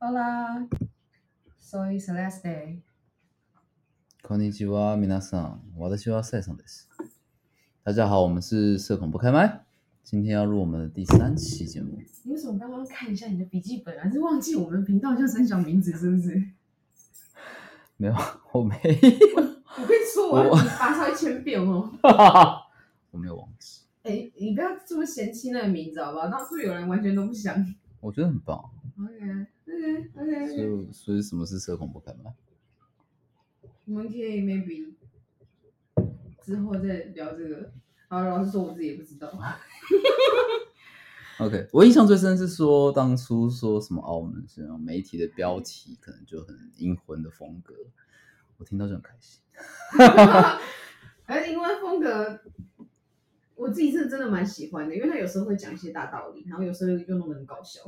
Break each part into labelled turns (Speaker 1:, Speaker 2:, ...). Speaker 1: Olá, soy Celeste。
Speaker 2: こんにちは、皆さん。私は赛桑です。大家好，我们是社恐不开麦，今天要录我们的第三期节目。
Speaker 1: 你为什么刚刚看一下你的笔记本啊？是忘记我们频道叫三小名字是不是？
Speaker 2: 没有，我没
Speaker 1: 我 我跟你说，我要你发烧一千遍哦。
Speaker 2: 有， 我没有忘记。
Speaker 1: 哎、你不要这么嫌弃那个名字好不好？当初有人完全都不想。
Speaker 2: 我觉得很棒。啊
Speaker 1: OK OK
Speaker 2: 所
Speaker 1: OK，
Speaker 2: 以，所以什么是社恐不开麦？
Speaker 1: 我们可以 maybe 之后再聊这个。好，老实说，我自己也不知道。
Speaker 2: OK，我印象最深是说，当初说什么澳门是那种媒体的标题，可能就很阴魂的风格，我听到就很开心。
Speaker 1: 而哎因为风格，我自己是真的蛮喜欢的，因为他有时候会讲一些大道理，然后有时候又那么很搞笑。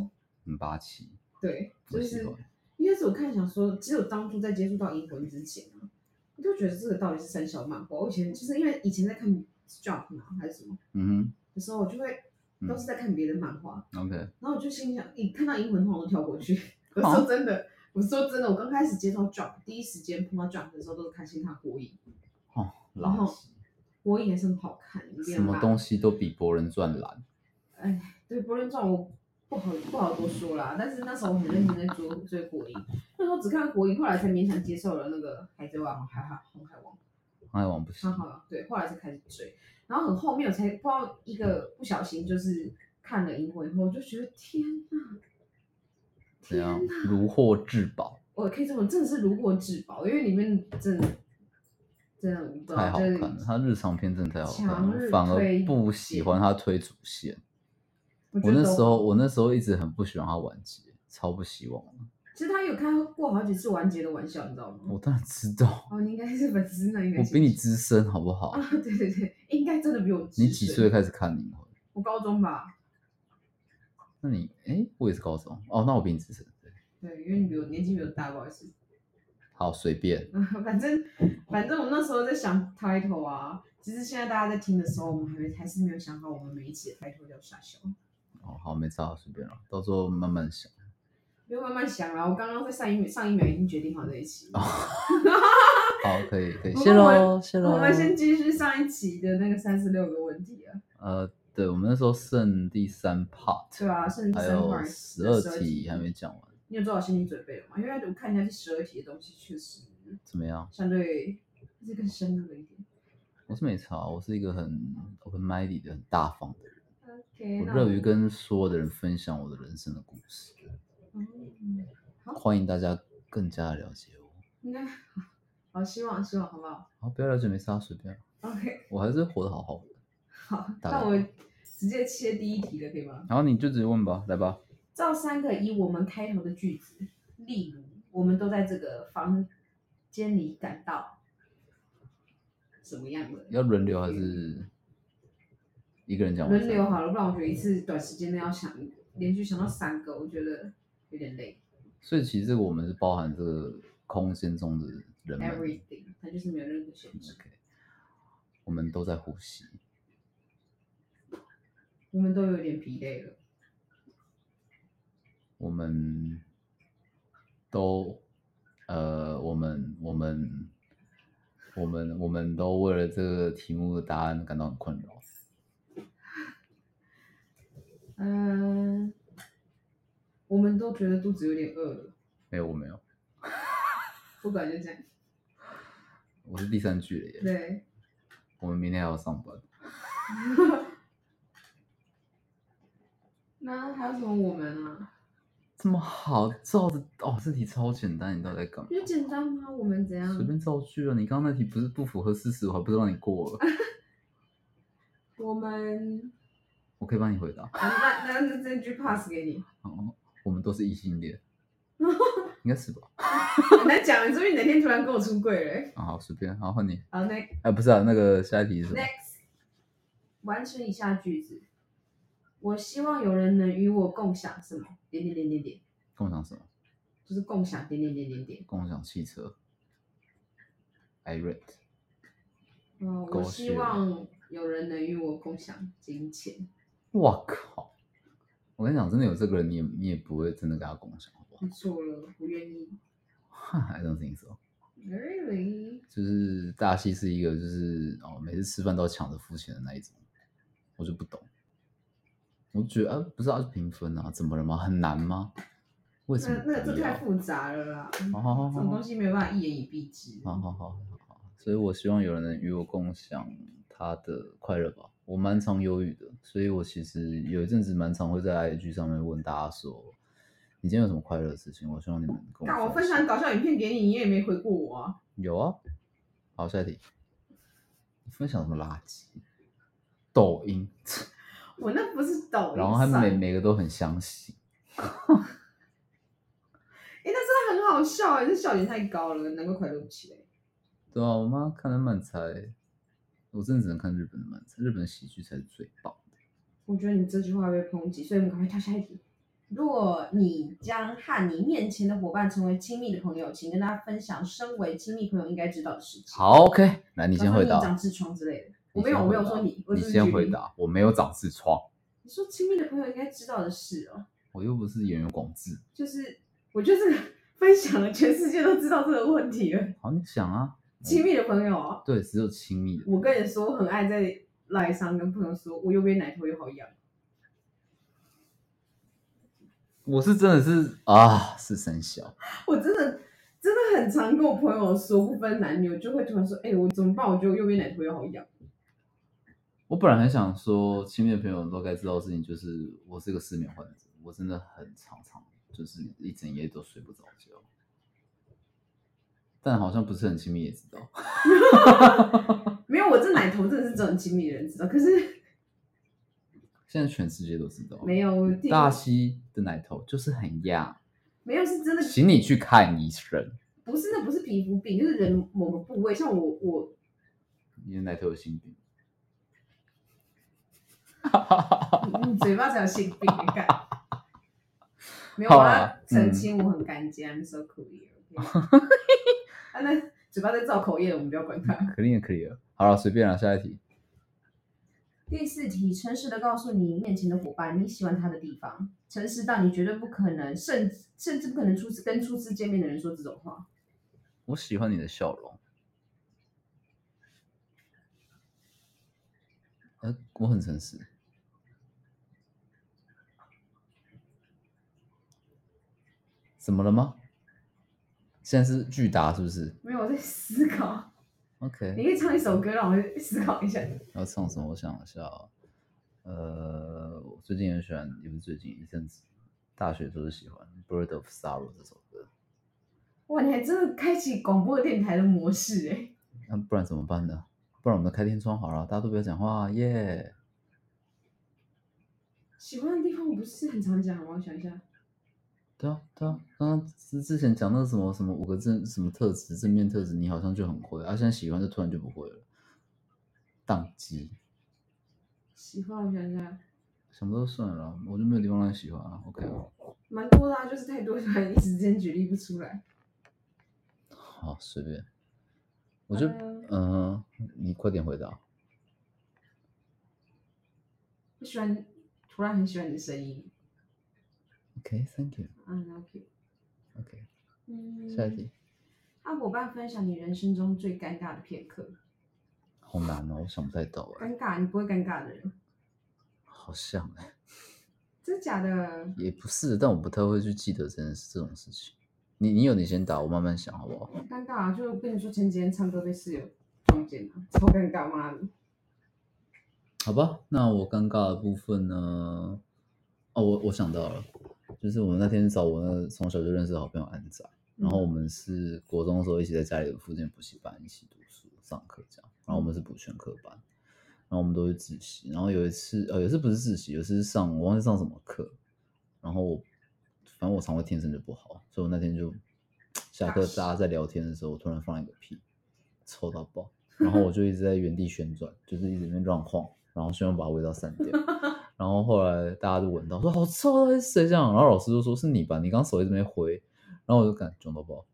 Speaker 2: 很霸气，
Speaker 1: 对，
Speaker 2: 我
Speaker 1: 就
Speaker 2: 喜
Speaker 1: 是
Speaker 2: 欢。
Speaker 1: 一开始我看想说，其实我当初在接触到英魂之前啊，我就觉得这个到底是三小漫画。我以前就是因为以前在看 Jump 嘛还是什么
Speaker 2: 嗯
Speaker 1: 的时候，我就会都是在看别的漫画，
Speaker 2: 哼，OK，
Speaker 1: 然后我就心想，一看到英魂通常都跳过去。我
Speaker 2: 哦
Speaker 1: 说真的，我说真的，我刚开始接触 Jump，第一时间碰到 Jump 的时候都是看新看火影，
Speaker 2: 哦，
Speaker 1: 然
Speaker 2: 垃
Speaker 1: 后
Speaker 2: 圾，
Speaker 1: 火影也是很好看，一定
Speaker 2: 什么
Speaker 1: 要
Speaker 2: 东西都比博人传蓝。
Speaker 1: 哎，对《博人传》我不好不好多说啦，但是那时候我很认真在追追火影，那时候只看火影，后来才勉强接受了那个《海贼王》《海海红海王》，
Speaker 2: 爱玩哎不行
Speaker 1: 看，好了，对，后来才开始追，然后很后面我才不知道一个不小心就是看了《银魂》以后，我就觉得天呐，
Speaker 2: 怎
Speaker 1: 天
Speaker 2: 样
Speaker 1: 呐，
Speaker 2: 如获至宝？
Speaker 1: 我可以这么真的是如获至宝，因为里面真的真的无
Speaker 2: 太
Speaker 1: 道，
Speaker 2: 好
Speaker 1: 就是
Speaker 2: 看了，他日常片真的太好看
Speaker 1: 强
Speaker 2: 了，
Speaker 1: 日
Speaker 2: 反而
Speaker 1: 推
Speaker 2: 不喜
Speaker 1: 荐
Speaker 2: 欢他推主线。
Speaker 1: 我
Speaker 2: 我
Speaker 1: 觉得
Speaker 2: 那
Speaker 1: 都
Speaker 2: 时候，我那时候一直很不喜欢他完结，超不希望的。
Speaker 1: 其实他有开过好几次完结的玩笑，你知道吗？
Speaker 2: 我当然 知道，
Speaker 1: 哦，你应该是粉丝，那应该
Speaker 2: 我
Speaker 1: 是
Speaker 2: 比你资深，好不好
Speaker 1: 啊？， 对对对，应该真的比我
Speaker 2: 你
Speaker 1: 资
Speaker 2: 几
Speaker 1: 深
Speaker 2: 岁？开始看《灵魂》？
Speaker 1: 我高中吧，
Speaker 2: 那你，哎，我也是高中哦，那我比你资深。对
Speaker 1: 对，因为你比我年纪比我大，不好意思。
Speaker 2: 好，随便。
Speaker 1: 反正反正我那时候在想 title 啊，其实现在大家在听的时候，我们还没还是没有想好我们每一期的 title 叫啥小，
Speaker 2: 哦，好，没差，随便了，到时候慢慢想。
Speaker 1: 不要慢慢想啦。我刚刚在上一秒上一秒已经决定好这一期了。
Speaker 2: 哦好，可以，可以，
Speaker 1: 不
Speaker 2: 谢
Speaker 1: 过我
Speaker 2: 喽，谢喽。
Speaker 1: 我们先继续上一期的那个三十六个问题啊，
Speaker 2: 呃，对，我们那时候剩第三 part，
Speaker 1: 对啊，剩
Speaker 2: 还
Speaker 1: 三
Speaker 2: 有
Speaker 1: part
Speaker 2: 十二
Speaker 1: 12
Speaker 2: 题还没讲完，
Speaker 1: 你有做好心理准备了吗？因为我看一下这十二题的东西，确实
Speaker 2: 怎么样？
Speaker 1: 相对是更深入了一点。
Speaker 2: 我是没差，我是一个很 open minded 的、很大方的人，
Speaker 1: OK，
Speaker 2: 我
Speaker 1: 那
Speaker 2: 乐
Speaker 1: 们
Speaker 2: 于跟所有的人分享我的人生的故事，
Speaker 1: 嗯，好，
Speaker 2: 欢迎大家更加了解我。
Speaker 1: 应该好，希望希望好不好
Speaker 2: 好，不要了解没差，随便，啊
Speaker 1: ？OK，
Speaker 2: 我还是活得好好的。
Speaker 1: 好，
Speaker 2: 大
Speaker 1: 那
Speaker 2: 概
Speaker 1: 我直接切第一题了，可以吗？
Speaker 2: 然后你就直接问吧，来吧。
Speaker 1: 造三个以我们开头的句子，例如我们都在这个房间里感到什么样的？
Speaker 2: 要轮流还是一个人讲完
Speaker 1: 轮
Speaker 2: 三个？
Speaker 1: 流好了，不然我觉得一次短时间内要想连续想到三个，我觉得有点累。
Speaker 2: 所以其实这个我们是包含这个空间中的人们
Speaker 1: Everything，它就是没有任何限制。
Speaker 2: OK，我们都在呼吸，
Speaker 1: 我们都有点疲累了，
Speaker 2: 我们都呃，我们我们我们我们都为了这个题目的答案感到很困扰。
Speaker 1: 嗯、我们都觉得肚子有点饿了。
Speaker 2: 没有，我没有，
Speaker 1: 不管就这样。
Speaker 2: 我是第三句了耶。
Speaker 1: 对，
Speaker 2: 我们明天还要上班。
Speaker 1: 那还有什么我们啊？
Speaker 2: 这么好照着哦，这题超简单，你到底在干嘛
Speaker 1: 比？较简单吗？我们怎样
Speaker 2: 随？便造句啊！你刚刚那题不是不符合事实，我还不是让你过了。
Speaker 1: 我们
Speaker 2: 我可以帮你回答。
Speaker 1: 啊那那那这句 pass 给你，
Speaker 2: 哦，我们都是异性恋，应该是吧？
Speaker 1: 很难讲，所以你哪天突然跟我出柜了、欸。
Speaker 2: 啊，好，随便，好换你。
Speaker 1: 好，next
Speaker 2: 哎、不是啊，那个下一题是什么？
Speaker 1: next，完成以下句子。我希望有人能与我共享什么？点点点点点，
Speaker 2: 共享什么？
Speaker 1: 就是共享点点点点点。
Speaker 2: 共享汽车。I rent。
Speaker 1: 嗯，我
Speaker 2: 狗
Speaker 1: 希
Speaker 2: 血
Speaker 1: 望有人能与我共享金钱。
Speaker 2: 我靠！我跟你讲，真的有这个人，你也你也不会真的跟他共享，好不好？
Speaker 1: 你错了，不愿意。
Speaker 2: I don't think so。
Speaker 1: Really？
Speaker 2: 就是大西是一个就是哦，每次吃饭都要抢着付钱的那一种，我就不懂。我就觉得啊，不是啊，就平分啊，怎么了吗？很难吗？为什么哦
Speaker 1: 那那
Speaker 2: 不
Speaker 1: 这
Speaker 2: 要
Speaker 1: 太复杂了啦，
Speaker 2: 好好好
Speaker 1: 这
Speaker 2: 好
Speaker 1: 种东西没有办法一言以蔽之。
Speaker 2: 好好好好好，所以我希望有人能与我共享他的快乐吧。我蛮常忧郁的，所以我其实有一阵子蛮常会在 IG 上面问大家说，你今天有什么快乐的事情？我希望你们跟
Speaker 1: 干，
Speaker 2: 我
Speaker 1: 我分享搞笑影片给你，你也没回过我啊。
Speaker 2: 有啊，好，下一题，你分享什么垃圾？抖音，
Speaker 1: 我那不是抖音
Speaker 2: 然后他
Speaker 1: 上
Speaker 2: 每每个都很相信，
Speaker 1: 哎、那真的很好笑哎、这笑点太高了，难怪快乐不起来。
Speaker 2: 对啊，我妈看的漫才，我真的只能看日本的漫才，日本的喜剧才是最棒的。
Speaker 1: 我觉得你这句话被抨击，所以我们赶快跳下一题。如果你将和你面前的伙伴成为亲密的朋友，请跟大家分享身为亲密朋友应该知道的事情。，
Speaker 2: 好，OK，来你
Speaker 1: 你
Speaker 2: 先回答。
Speaker 1: 长痔疮之类的，我
Speaker 2: 你
Speaker 1: 没有，
Speaker 2: 先
Speaker 1: 我没有
Speaker 2: 回答
Speaker 1: 说你，我
Speaker 2: 你
Speaker 1: 只是
Speaker 2: 先
Speaker 1: 举
Speaker 2: 回
Speaker 1: 例。
Speaker 2: 答，我没有长痔疮，
Speaker 1: 你说亲密的朋友应该知道的事哦，
Speaker 2: 我又不是演员广志。
Speaker 1: 就是 我觉得这个分享了，全世界都知道这个问题了。
Speaker 2: 好，你讲啊。
Speaker 1: 亲密的朋友哦，
Speaker 2: 对，只有亲密的。
Speaker 1: 我跟你说，我很爱在赖上跟朋友说，我右边奶头又好痒。
Speaker 2: 我是真的是啊，是生肖。
Speaker 1: 我真的真的很常跟我朋友说，不分男女，我就会突然说，哎、我怎么办？我觉得我右边奶头又好痒。
Speaker 2: 我本来很想说，亲密的朋友都该知道的事情就是，我是个失眠患者，我真的很常常就是一整夜都睡不着觉。但好像不是很亲密也知道，
Speaker 1: 没有，我这奶头真的是只有很亲密的人知道，可是
Speaker 2: 现在全世界都知道。
Speaker 1: 没有我弟
Speaker 2: 大西的奶头就是很痒，
Speaker 1: 没有是真的，
Speaker 2: 请你去看医生。
Speaker 1: 不是那不是皮肤病，就是人某个部位，像我我
Speaker 2: 你的奶头有心病。
Speaker 1: 你你嗯嘴巴才有性病，你看。没有，
Speaker 2: 好
Speaker 1: 我要
Speaker 2: 啊
Speaker 1: 澄清，我很干净，I'm so clear。啊，那嘴巴在造口业，我们不要管它。
Speaker 2: clear clear，好了，随便了，下一题。
Speaker 1: 第四题，诚实的告诉你面前的伙伴你喜欢他的地方，诚实到你绝对不可能，甚甚至不可能初次跟初次见面的人说这种话。
Speaker 2: 我喜欢你的笑容。呃，我很诚实。怎么了吗？现在是巨答是不是
Speaker 1: 没有，我在思考，你
Speaker 2: ？OK，
Speaker 1: 可以唱一首歌让我思考一下。
Speaker 2: 要唱什么？我想一下、哦。呃，我最近很喜欢，也不是最近一阵子，大学都是喜欢《Bird of Sorrow》这首歌。
Speaker 1: 哇，你还真的开启广播电台的模式哎、
Speaker 2: 那、不然怎么办呢？不然我们开天窗好了，大家都不要讲话，啊耶、
Speaker 1: 喜欢的地方我不是很常讲吗？我想一下，
Speaker 2: 对啊，对啊，刚刚之之前讲那个什么什么五个正什么特质正面特质，你好像就很会，啊，现在喜欢就突然就不会了，宕机，
Speaker 1: 喜欢我想一下，
Speaker 2: 什么都算了啊，我就没有地方让你喜欢啊。OK，
Speaker 1: 蛮多的、啊，就是太多，突然一时间举例不出来。
Speaker 2: 好，随便，我就
Speaker 1: 嗯
Speaker 2: 嗯、你快点回答，
Speaker 1: 我喜欢，突然很喜欢你的声音。
Speaker 2: OK，Thank、y o
Speaker 1: 嗯，OK，
Speaker 2: u o k
Speaker 1: 嗯，
Speaker 2: 下一题，
Speaker 1: 和伙伴分享你人生中最尴尬的片刻。
Speaker 2: 好难哦，我想不太到哎、
Speaker 1: 尴尬，你不会尴尬的人，
Speaker 2: 好像哎、
Speaker 1: 真的假的？
Speaker 2: 也不是，但我不太会去记得这件事这种事情。你你有你先打，我慢慢想好不好？
Speaker 1: 尴尬啊！就跟你说前几天唱歌被室友撞见了，超尴尬妈的。
Speaker 2: 好吧，那我尴尬的部分呢？哦，我我想到了，就是我们那天找我那个从小就认识的好朋友安仔，然后我们是国中的时候一起在家里的附近补习班一起读书上课这样，然后我们是补选课班，然后我们都会自习，然后有一次呃有一次不是自习，有一次是上我忘记上什么课，然后我反正我肠胃天生就不好，所以我那天就下课大家在聊天的时候，我突然放了一个屁，臭到爆，然后我就一直在原地旋转，就是一直在那边乱晃，然后希望把味道散掉。然后后来大家就闻到说好臭，啊到底是谁这样？然后老师就说是你吧，你刚手一直没挥。然后我就感囧到爆，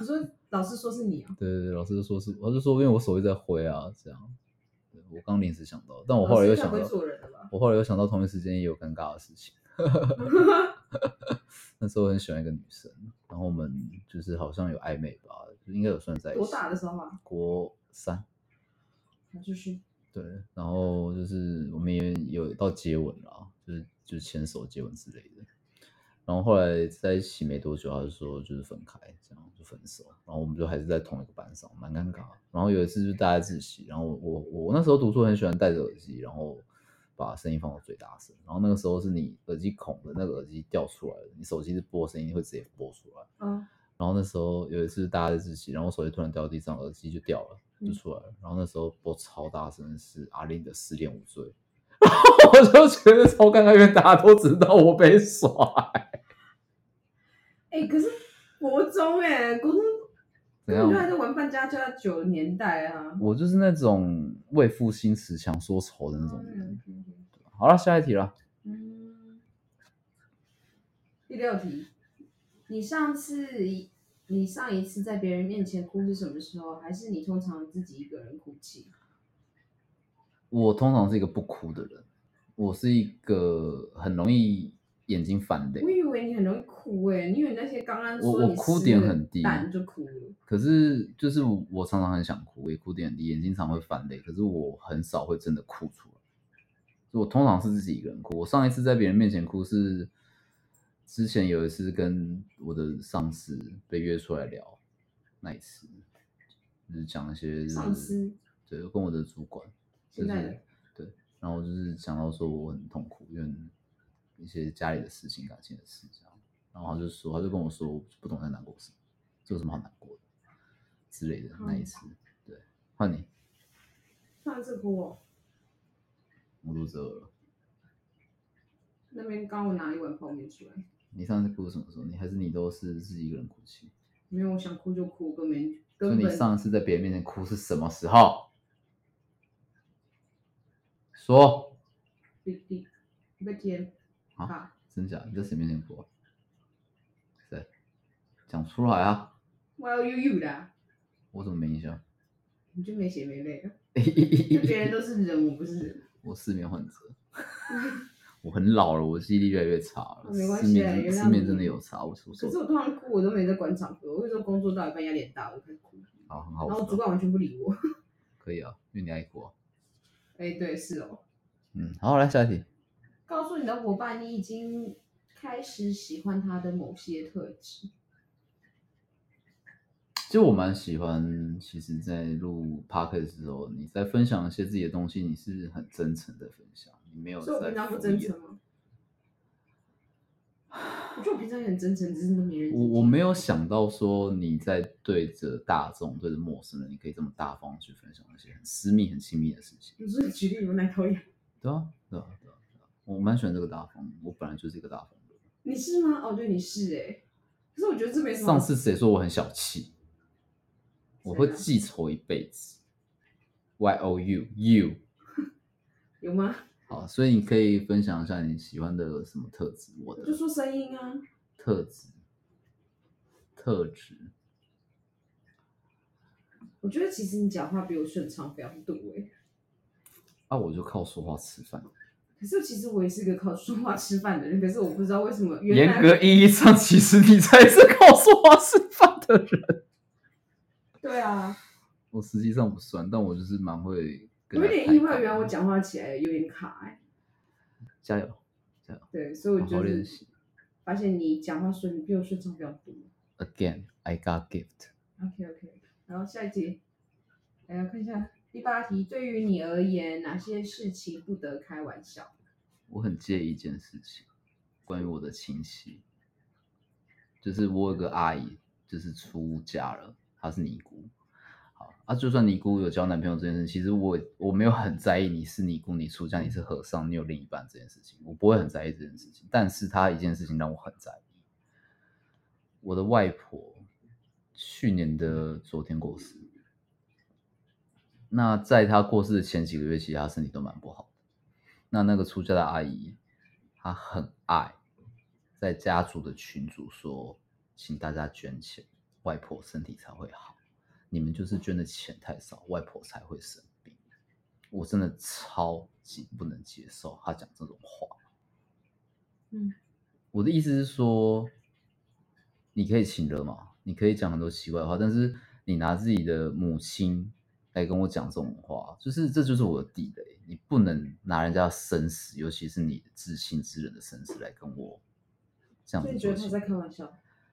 Speaker 1: 你说老师说是你啊？
Speaker 2: 对对对，老师就说是，我就说因为我手一直在挥啊，这样。对我刚临时想到，但哦我后来又想
Speaker 1: 老师太
Speaker 2: 到
Speaker 1: 会，做人了吧？
Speaker 2: 我后来又想到同一时间也有尴尬的事情， 那时候很喜欢一个女生，然后我们就是好像有暧昧吧，就应该有算在一起。
Speaker 1: 多大的时候啊？
Speaker 2: 国三。
Speaker 1: 那就是
Speaker 2: 对，然后就是我们也有到接吻啦，就是就是牵手接吻之类的。然后后来在一起没多久，他就说就是分开，这样就分手。然后我们就还是在同一个班上，蛮尴尬的。然后有一次就是大家自习，然后我我我那时候读书很喜欢戴着耳机，然后把声音放到最大声。然后那个时候是你耳机孔的那个耳机掉出来了，你手机是播声音会直接播出来。
Speaker 1: 嗯，
Speaker 2: 然后那时候有一次大家在自习，然后我手机突然掉地上，耳机就掉了，就
Speaker 1: 嗯
Speaker 2: 出来了。然后那时候播超大声是阿令的《失恋无罪》， 然后我就觉得超尴尬，因为大家都知道我被甩。
Speaker 1: 哎、可是国中哎、国中
Speaker 2: 怎
Speaker 1: 根本就还
Speaker 2: 样？
Speaker 1: 在玩扮家家酒的年代啊。
Speaker 2: 我就是那种为赋新词强说愁的那种人。
Speaker 1: 嗯
Speaker 2: 好了，下一题了。
Speaker 1: 嗯，第六题，你上次你上一次在别人面前哭是什么时候？还是你通常自己一个人哭泣？
Speaker 2: 我通常是一个不哭的人，我是一个很容易眼睛泛泪
Speaker 1: 我。以为你很容易哭哎、你以为那些刚刚
Speaker 2: 我
Speaker 1: 说
Speaker 2: 我
Speaker 1: 你
Speaker 2: 哭
Speaker 1: 是
Speaker 2: 点很低嗯
Speaker 1: 淡就哭了，
Speaker 2: 可是就是我常常很想哭，我也哭点低，眼睛常会泛泪，可是我很少会真的哭出来。就我通常是自己一个人哭。我上一次在别人面前哭是之前有一次跟我的上司被约出来聊那一次，就是讲一些、就是、
Speaker 1: 上司
Speaker 2: 对，跟我的主管
Speaker 1: 现在
Speaker 2: 就
Speaker 1: 的
Speaker 2: 是对，然后就是讲到说我很痛苦，因为一些家里的事情、感情的事这样，然后他就说，他就跟我说，我不懂在难过什么，这有什么好难过的之类的那一
Speaker 1: 嗯
Speaker 2: 次，对，换你，
Speaker 1: 上次哭、哦，
Speaker 2: 我肚子饿了。
Speaker 1: 那边刚我拿一碗泡面出来，
Speaker 2: 你上次哭什么时候？你还是你都是自己一个人哭泣？
Speaker 1: 没有我想哭就哭，根本
Speaker 2: 所
Speaker 1: 根
Speaker 2: 以你
Speaker 1: 本
Speaker 2: 上次在别人面前哭是什么时候？说，
Speaker 1: 弟弟，被天
Speaker 2: 啊
Speaker 1: 啊！
Speaker 2: 真假？你在谁面前哭、啊？谁？讲出来啊！
Speaker 1: 我要悠悠啦，
Speaker 2: 我怎么没印象？
Speaker 1: 你就没血没泪了。就别人都是人，我不是人，
Speaker 2: 我失眠患者，我很老了，我记忆力越来越差了。
Speaker 1: 没关
Speaker 2: 失
Speaker 1: 系啊
Speaker 2: 眠
Speaker 1: 原
Speaker 2: 真
Speaker 1: 谅
Speaker 2: 失眠
Speaker 1: 你
Speaker 2: 真的有差，我说
Speaker 1: 可
Speaker 2: 说
Speaker 1: 是我通常哭，我都没在管场合，我有时候工作到一半压力很大，我开始哭，
Speaker 2: 好很好
Speaker 1: 然后
Speaker 2: 我
Speaker 1: 主
Speaker 2: 知道，
Speaker 1: 管完全不理我。
Speaker 2: 可以啊，因为你爱国。
Speaker 1: 哎，对，是哦。
Speaker 2: 嗯，好，来下一题。
Speaker 1: 告诉你的伙伴，你已经开始喜欢他的某些特质。
Speaker 2: 其实我蛮喜欢，其实，在录 podcast 的时候，你在分享一些自己的东西，你是很真诚的分享，你没有
Speaker 1: 所以我
Speaker 2: 在
Speaker 1: 平常
Speaker 2: 敷
Speaker 1: 不真
Speaker 2: 衍。
Speaker 1: 诚吗？ 我觉得我平常也很真诚，只是都没人。
Speaker 2: 我我没有想到说你在对着大众、对着陌生人，你可以这么大方地去分享一些很私密、很亲密的事情。
Speaker 1: 你说举 例有哪讨厌？
Speaker 2: 对啊，对啊，对啊，对啊我蛮喜欢这个大方，我本来就是一个大方的人。
Speaker 1: 你是吗？哦，对，你是哎。可是我觉得这没什么好。
Speaker 2: 上次谁说我很小气？我会
Speaker 1: 啊
Speaker 2: 记仇一辈子。Y O U U。
Speaker 1: 有吗？
Speaker 2: 好，所以你可以分享一下你喜欢的什么特质？我
Speaker 1: 我就
Speaker 2: 的
Speaker 1: 说声音啊，
Speaker 2: 特质，特质。
Speaker 1: 我觉得其实你讲话比我顺畅非常多哎。
Speaker 2: 啊，我就靠说话吃饭。
Speaker 1: 可是其实我也是个靠说话吃饭的人，可是我不知道为什么原
Speaker 2: 严
Speaker 1: 来
Speaker 2: 格意义上，其实你才是靠说话吃饭的人。
Speaker 1: 对啊，
Speaker 2: 我实际上不算，但我就是蛮会
Speaker 1: 我
Speaker 2: 跟
Speaker 1: 有
Speaker 2: 人家
Speaker 1: 点
Speaker 2: 抬
Speaker 1: 意外，
Speaker 2: 杠
Speaker 1: 原来我讲话起来有点卡哎、
Speaker 2: 加油，
Speaker 1: 对，所以我
Speaker 2: 哦好
Speaker 1: 就
Speaker 2: 好练
Speaker 1: 是
Speaker 2: 习。
Speaker 1: 发现你讲话顺比我顺畅比较多。
Speaker 2: Again, I got gift.
Speaker 1: OK OK，然后下一题，来看一下第八题，对于你而言，哪些事情不得开玩笑？
Speaker 2: 我很介意一件事情，关于我的亲戚，就是我有个阿姨，就是出嫁了，她是尼姑。好啊，就算尼姑有交男朋友这件事，其实我我没有很在意你是尼姑，你出嫁，你是和尚，你有另一半这件事情，我不会很在意这件事情。但是她一件事情让我很在意，我的外婆去年的昨天过世。那在她过世的前几个月，其实她身体都蛮不好的。那那个出家的阿姨，她很爱在家族的群组说，请大家捐钱，外婆身体才会好。你们就是捐的钱太少，外婆才会生病。我真的超级不能接受她讲这种话。
Speaker 1: 嗯，
Speaker 2: 我的意思是说，你可以请了嘛，你可以讲很多奇怪的话，但是你拿自己的母亲来跟我讲这种话，就是这就是我的地雷，你不能拿人家的生死，尤其是你的至亲之人的生死来跟我这样
Speaker 1: 所以
Speaker 2: 子
Speaker 1: 你觉得他
Speaker 2: 说起。
Speaker 1: 在开玩笑？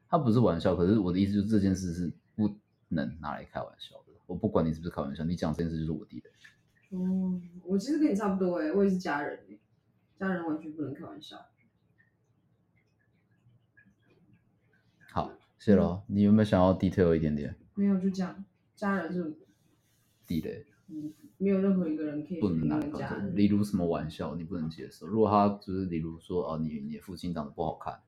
Speaker 2: 他不是玩笑，可是我的意思就是这件事是不能拿来开玩笑的。我不管你是不是开玩笑，你讲这件事就是我地雷。
Speaker 1: 哦，我其实跟你差不多哎、我也是家人哎、家人完全不能开玩笑。
Speaker 2: 好，谢喽。
Speaker 1: 嗯
Speaker 2: 你有没有想要 detail 一点点
Speaker 1: 没有，就这样，家人是
Speaker 2: 地雷？
Speaker 1: 嗯，没有任何一个人可以
Speaker 2: 不能
Speaker 1: 评
Speaker 2: 拿来
Speaker 1: 论
Speaker 2: 开玩
Speaker 1: 家
Speaker 2: 笑，
Speaker 1: 人。
Speaker 2: 例如什么玩笑你不能接受。如果他就是例如说哦，你你的父亲长得不好看，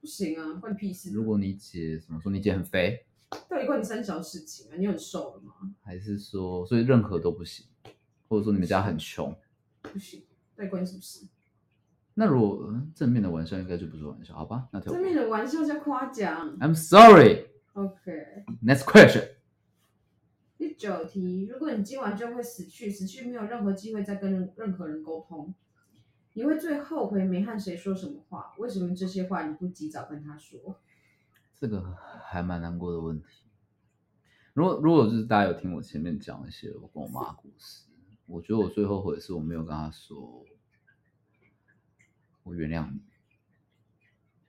Speaker 1: 不行啊，关你屁事！
Speaker 2: 如果你姐怎么说你姐很肥，
Speaker 1: 到底关你三小事情啊？你很瘦了吗？
Speaker 2: 还是说所以任何都不行，或者说你们家很穷，
Speaker 1: 不行，到底关你什么事？
Speaker 2: 那如果、嗯正面的玩笑应该就不是玩笑，好吧？那条
Speaker 1: 正面的玩笑叫夸奖。
Speaker 2: I'm sorry.
Speaker 1: OK，
Speaker 2: Next question.
Speaker 1: 第九题，如果你今晚就会死去，死去没有任何机会再跟任任何人沟通，你会最后悔没和谁说什么话？为什么这些话你不及早跟他说？
Speaker 2: 这个还蛮难过的问题。如果如果就是大家有听我前面讲一些我跟我妈的故事，我觉得我最后悔的是我没有跟她说，我原谅你。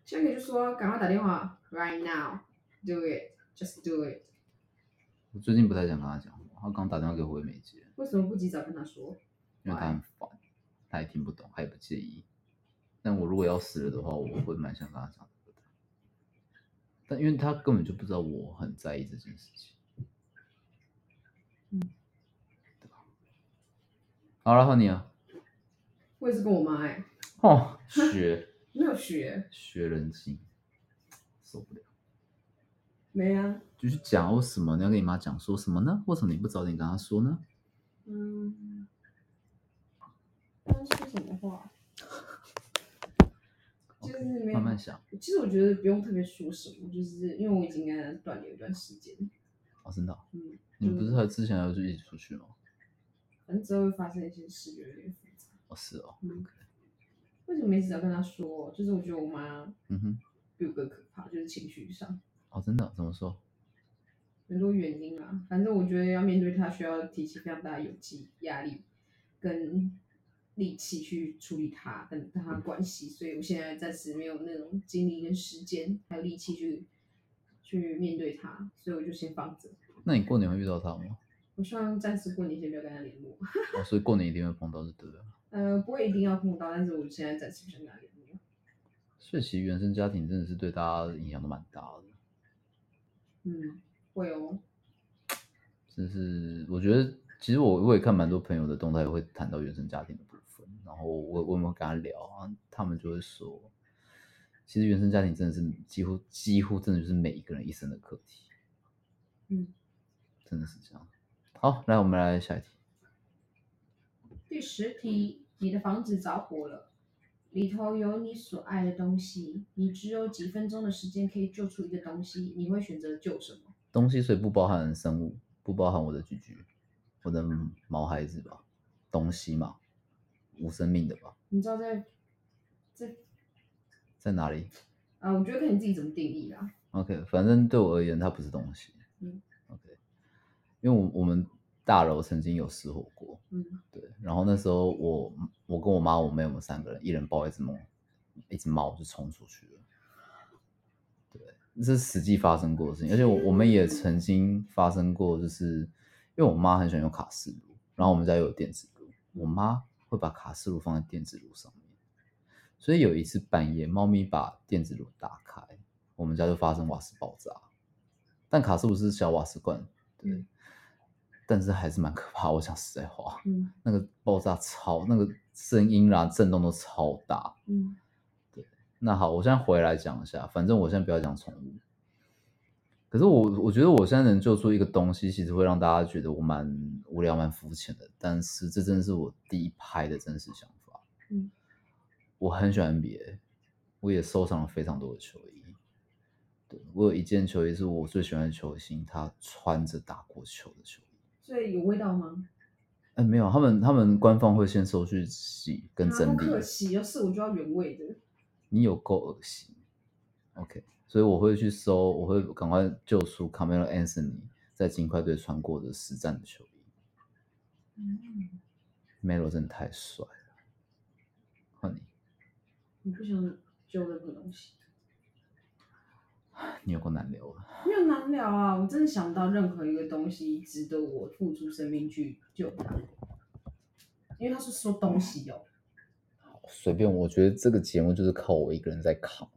Speaker 1: 现在可以就说，赶快打电话，right now，do it，just do it。
Speaker 2: 我最近不太想跟她讲话，她刚打电话给我，我也没接，
Speaker 1: 为什么不及早跟他说？
Speaker 2: 因为她很烦，她也听不懂，她也不介意。但我如果要死了的话，我会蛮想跟她讲这个的，但因为她根本就不知道我很在意这件事情。
Speaker 1: 嗯，
Speaker 2: 对吧？好了，换你啊。
Speaker 1: 我也是跟我妈哎、
Speaker 2: 哦，学
Speaker 1: 没有学，
Speaker 2: 学人心，受不了。
Speaker 1: 没啊。
Speaker 2: 就是讲为什么你要跟你妈讲说什么呢？为什么你不早点跟她说呢？
Speaker 1: 嗯，刚说什么话？就是没有
Speaker 2: 慢慢想。
Speaker 1: 其实我觉得不用特别说什么，就是因为我已经跟他断联一段时间，
Speaker 2: 哦，真的哦、
Speaker 1: 嗯，
Speaker 2: 你们不是还之前还要就一起出去吗？
Speaker 1: 反正之后会发生一些事，有点复杂。
Speaker 2: 哦，是哦。
Speaker 1: 嗯
Speaker 2: OK
Speaker 1: 为什么一直要跟他说？就是我觉得我妈
Speaker 2: 嗯哼，
Speaker 1: 比我更可怕，就是情绪上
Speaker 2: 哦，真的哦、怎么说？
Speaker 1: 很多原因啊。反正我觉得要面对他，需要提起非常大的勇气、压力跟力气去处理他跟他的关系，所以我现在暂时没有那种精力跟时间还有力气去去面对他，所以我就先放着。
Speaker 2: 那你过年会遇到她吗？
Speaker 1: 我希望暂时过年先不要跟他联络。
Speaker 2: 哦，所以过年一定会碰到，就对了。
Speaker 1: 呃，不会一定要碰到，但是我现在暂时不想跟他联络。
Speaker 2: 所以其实原生家庭真的是对大家的影响都蛮大的，
Speaker 1: 嗯，会哦。
Speaker 2: 就是我觉得其实我我也看蛮多朋友的动态会谈到原生家庭的部分，然后我我们跟他聊啊，他们就会说，其实原生家庭真的是几乎几乎真的就是每一个人一生的课题，
Speaker 1: 嗯，
Speaker 2: 真的是这样。好，来我们来下一题，
Speaker 1: 第十题，你的房子着火了，里头有你所爱的东西，你只有几分钟的时间可以救出一个东西，你会选择救什么？
Speaker 2: 东西所以不包含生物，不包含我的居居，我的毛孩子吧，东西嘛，无生命的吧，
Speaker 1: 你知道在在
Speaker 2: 在哪里？
Speaker 1: 啊、我觉得看你自己怎么定义啦。
Speaker 2: OK，反正对我而言，它不是东西。
Speaker 1: 嗯
Speaker 2: ，OK，因为我我们大楼曾经有失火过，
Speaker 1: 嗯
Speaker 2: 对，然后那时候我我跟我妈我妹我们三个人，一人抱一只猫，一只猫就冲出去了。对，这是实际发生过的事情，而且我我们也曾经发生过，就是因为我妈很喜欢用卡式炉，然后我们家又有电磁炉，我妈会把卡式炉放在电磁炉上面，所以有一次半夜，猫咪把电磁炉打开，我们家就发生瓦斯爆炸。但卡式炉是小瓦斯罐，对，
Speaker 1: 嗯
Speaker 2: 但是还是蛮可怕。我讲实在话，
Speaker 1: 嗯
Speaker 2: 那个爆炸超，那个声音啦、震动都超大。
Speaker 1: 嗯，
Speaker 2: 那好，我现在回来讲一下，反正我现在不要讲宠物。可是我我觉得我现在能做出一个东西，其实会让大家觉得我蛮无聊、蛮肤浅的。但是这真的是我第一拍的真实想法。
Speaker 1: 嗯，
Speaker 2: 我很喜欢 NBA，我也收藏了非常多的球衣。对我有一件球衣是我最喜欢的球星，他穿着打过球的球衣。
Speaker 1: 所以有味道吗？
Speaker 2: 哎，没有，他们他们官方会先收去洗跟
Speaker 1: 啊
Speaker 2: 整
Speaker 1: 好
Speaker 2: 理。
Speaker 1: 可惜，要是我就要原味的。
Speaker 2: 你有够恶心。OK，所以我会去搜，我会赶快救出 Camilo Anthony 在金块队穿过的实战的球衣。
Speaker 1: 嗯，
Speaker 2: Melo 真的太帅了，换你，
Speaker 1: 你不想救任何东西，
Speaker 2: 你有够难留了。
Speaker 1: 没有难聊啊！我真的想不到任何一个东西值得我付出生命去救他，因为他是说东西哦，
Speaker 2: 随便，我觉得这个节目就是靠我一个人在扛，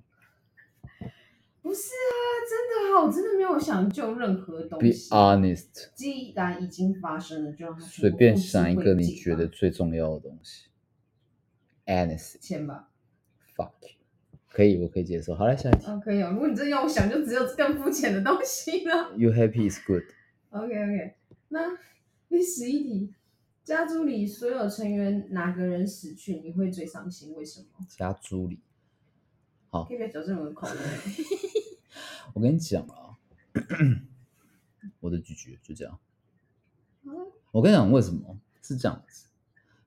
Speaker 1: 不是啊，真的啊，我真的没有想救任何东
Speaker 2: Be
Speaker 1: 西。
Speaker 2: honest，
Speaker 1: 既然已经发生了，就让它全
Speaker 2: 啊随
Speaker 1: 部
Speaker 2: 便
Speaker 1: 付之
Speaker 2: 想一
Speaker 1: 未
Speaker 2: 个你
Speaker 1: 尽
Speaker 2: 觉
Speaker 1: 吧
Speaker 2: 得最重要的东西。Honest，fuck
Speaker 1: 钱吧？
Speaker 2: you，可以，我可以接受。好来，下一题。
Speaker 1: 啊，可以啊。如果你真的要我想，就只有更肤浅的东西了。
Speaker 2: You happy is good。
Speaker 1: OK OK，那第十一题，家族里所有成员哪个人死去，你会最伤心？为什么？
Speaker 2: 加朱里，
Speaker 1: 可以不要矫正我的口味。
Speaker 2: 我跟你讲啊，我的拒绝就这样。我跟你讲为什么是这样子。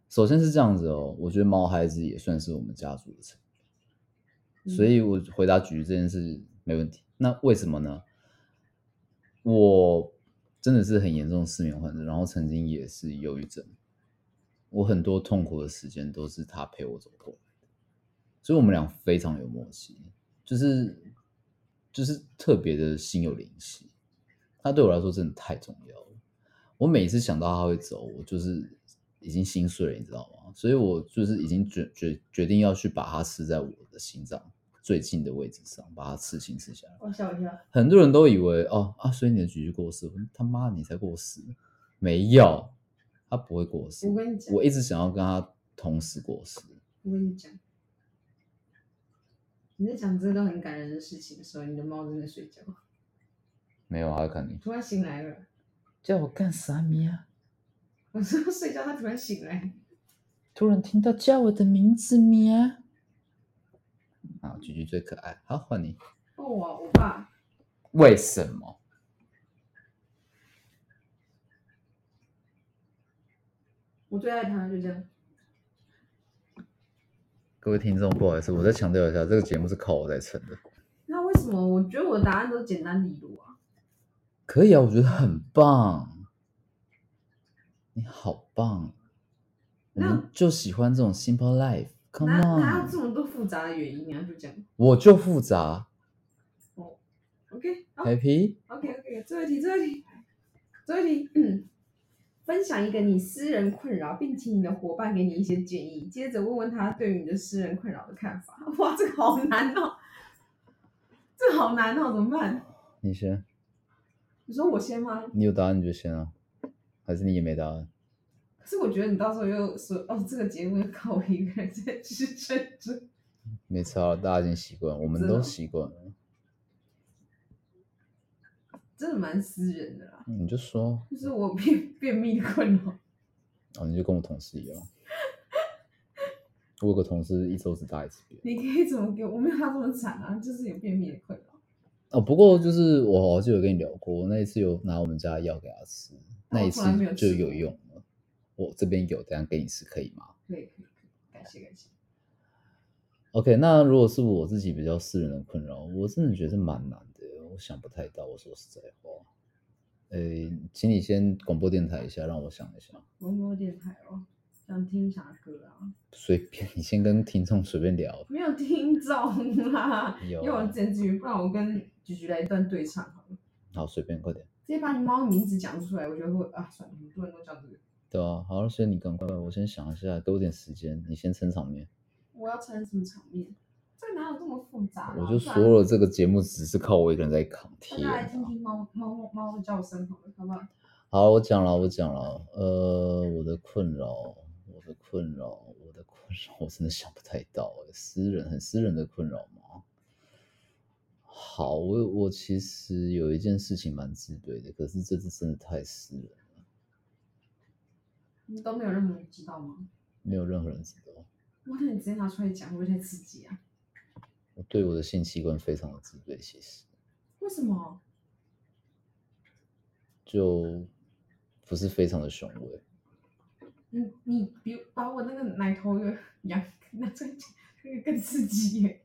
Speaker 2: 首先是这样子哦，我觉得毛孩子也算是我们家族的成员，所以我回答举这件事没问题。那为什么呢？我真的是很严重的失眠患者，然后曾经也是忧郁症，我很多痛苦的时间都是他陪我走过来的，所以我们俩非常有默契，就是就是特别的心有灵犀。他对我来说真的太重要了。我每次想到他会走，我就是已经心碎了，你知道吗？所以我就是已经决决决定要去把它刺在我的心脏最近的位置上，把它刺青刺下来。
Speaker 1: 我笑一下，
Speaker 2: 很多人都以为哦啊，所以你的菊菊过世，我说他妈你才过世，没有，他不会过世
Speaker 1: 我。跟你讲，
Speaker 2: 我一直想要跟他同时过世，
Speaker 1: 我跟你讲，你在讲这个很感人的事情的时候，你的猫正在睡觉，
Speaker 2: 没有，他啊会看你
Speaker 1: 突然醒来了。
Speaker 2: 叫我干啥咪啊？
Speaker 1: 我说睡觉，它突然醒来。
Speaker 2: 突然听到叫我的名字咪啊！啊，菊菊最可爱，好换你。
Speaker 1: 哦，我我爸，
Speaker 2: 为什么？
Speaker 1: 我最爱它，就这样。
Speaker 2: 各位听众，不好意思，我再强调一下，这个节目是靠我在撑的。
Speaker 1: 那为什么？我觉得我的答案都简单利落啊。
Speaker 2: 可以啊，我觉得很棒，你好棒，我
Speaker 1: 那
Speaker 2: 们就喜欢这种 simple life。Come
Speaker 1: 哪哪有这
Speaker 2: on，
Speaker 1: 么多复杂的原因啊？就这样。
Speaker 2: 我就复杂
Speaker 1: OK，好。
Speaker 2: 哎，Happy，
Speaker 1: OK OK，最后一题，最后一题，最后一题，嗯，分享一个你私人困扰，并请你的伙伴给你一些建议，接着问问他对于你的私人困扰的看法。哇，这个好难哦，这个好难哦，怎么办？
Speaker 2: 你先，
Speaker 1: 你说我先吗？
Speaker 2: 你有答案你就先啊，还是你也没答案？
Speaker 1: 可是我觉得你到时候又说，哦，这个节目又靠我一个人在支撑着。
Speaker 2: 没差了，啊大家已经习惯了，我们
Speaker 1: 真的
Speaker 2: 都
Speaker 1: 哦
Speaker 2: 习惯了。
Speaker 1: 真的蛮私人的啦，
Speaker 2: 你就说，
Speaker 1: 就是我便 便秘的困扰。
Speaker 2: 哦，你就跟我同事一样。我有个同事一周只打一次便。
Speaker 1: 你可以怎么给我？我没有他这么惨啊，就是有便秘的困扰。
Speaker 2: 哦，不过就是我好像有跟你聊过，我那一次有拿我们家的药给他吃，那一
Speaker 1: 我
Speaker 2: 次
Speaker 1: 从哦来没有
Speaker 2: 就
Speaker 1: 吃
Speaker 2: 有
Speaker 1: 过
Speaker 2: 用了。我这边有，等一下给你吃可以吗
Speaker 1: 可以可以可以，感谢感谢。
Speaker 2: ？OK，那如果是我自己比较私人的困扰，我真的觉得是蛮难的，我想不太到。我说实在话，呃，请你先广播电台一下，让我想一想。
Speaker 1: 文博电台哦，想听啥歌啊？
Speaker 2: 随便，你先跟听众随便聊。
Speaker 1: 没有听懂啦，
Speaker 2: 有
Speaker 1: 因为我剪辑，不然我跟菊菊来一段对唱好了。
Speaker 2: 好，随便，快点。
Speaker 1: 直接把你猫名字讲出来，我觉得会啊，算了，很多人都叫这个。
Speaker 2: 对啊，好，所以你赶快，我先想一下，给我点时间，你先撑场面。
Speaker 1: 我要撑什么场面？这哪有这么复杂、啊？
Speaker 2: 我就
Speaker 1: 不然
Speaker 2: 说了，这个节目只是靠我一个人在扛，
Speaker 1: 大
Speaker 2: 天
Speaker 1: 家来
Speaker 2: 啊！
Speaker 1: 听听猫猫猫的叫声好了，好不好？
Speaker 2: 好，我讲了，我讲了，呃，我的困扰，我的困扰，我的困扰，我真的想不太到、欸，私人很私人的困扰吗？好，我我其实有一件事情蛮自卑的，可是这次真的太私人，
Speaker 1: 你都没有任何人知道吗？
Speaker 2: 没有任何人知道。
Speaker 1: 哇，那你直接拿出来讲，会不会太刺激啊？
Speaker 2: 我对我的性器官非常的自卑，其实
Speaker 1: 为什么？
Speaker 2: 就不是非常的雄伟。
Speaker 1: 你 你比把我那个奶头的羊拿出来讲，那个更刺激耶！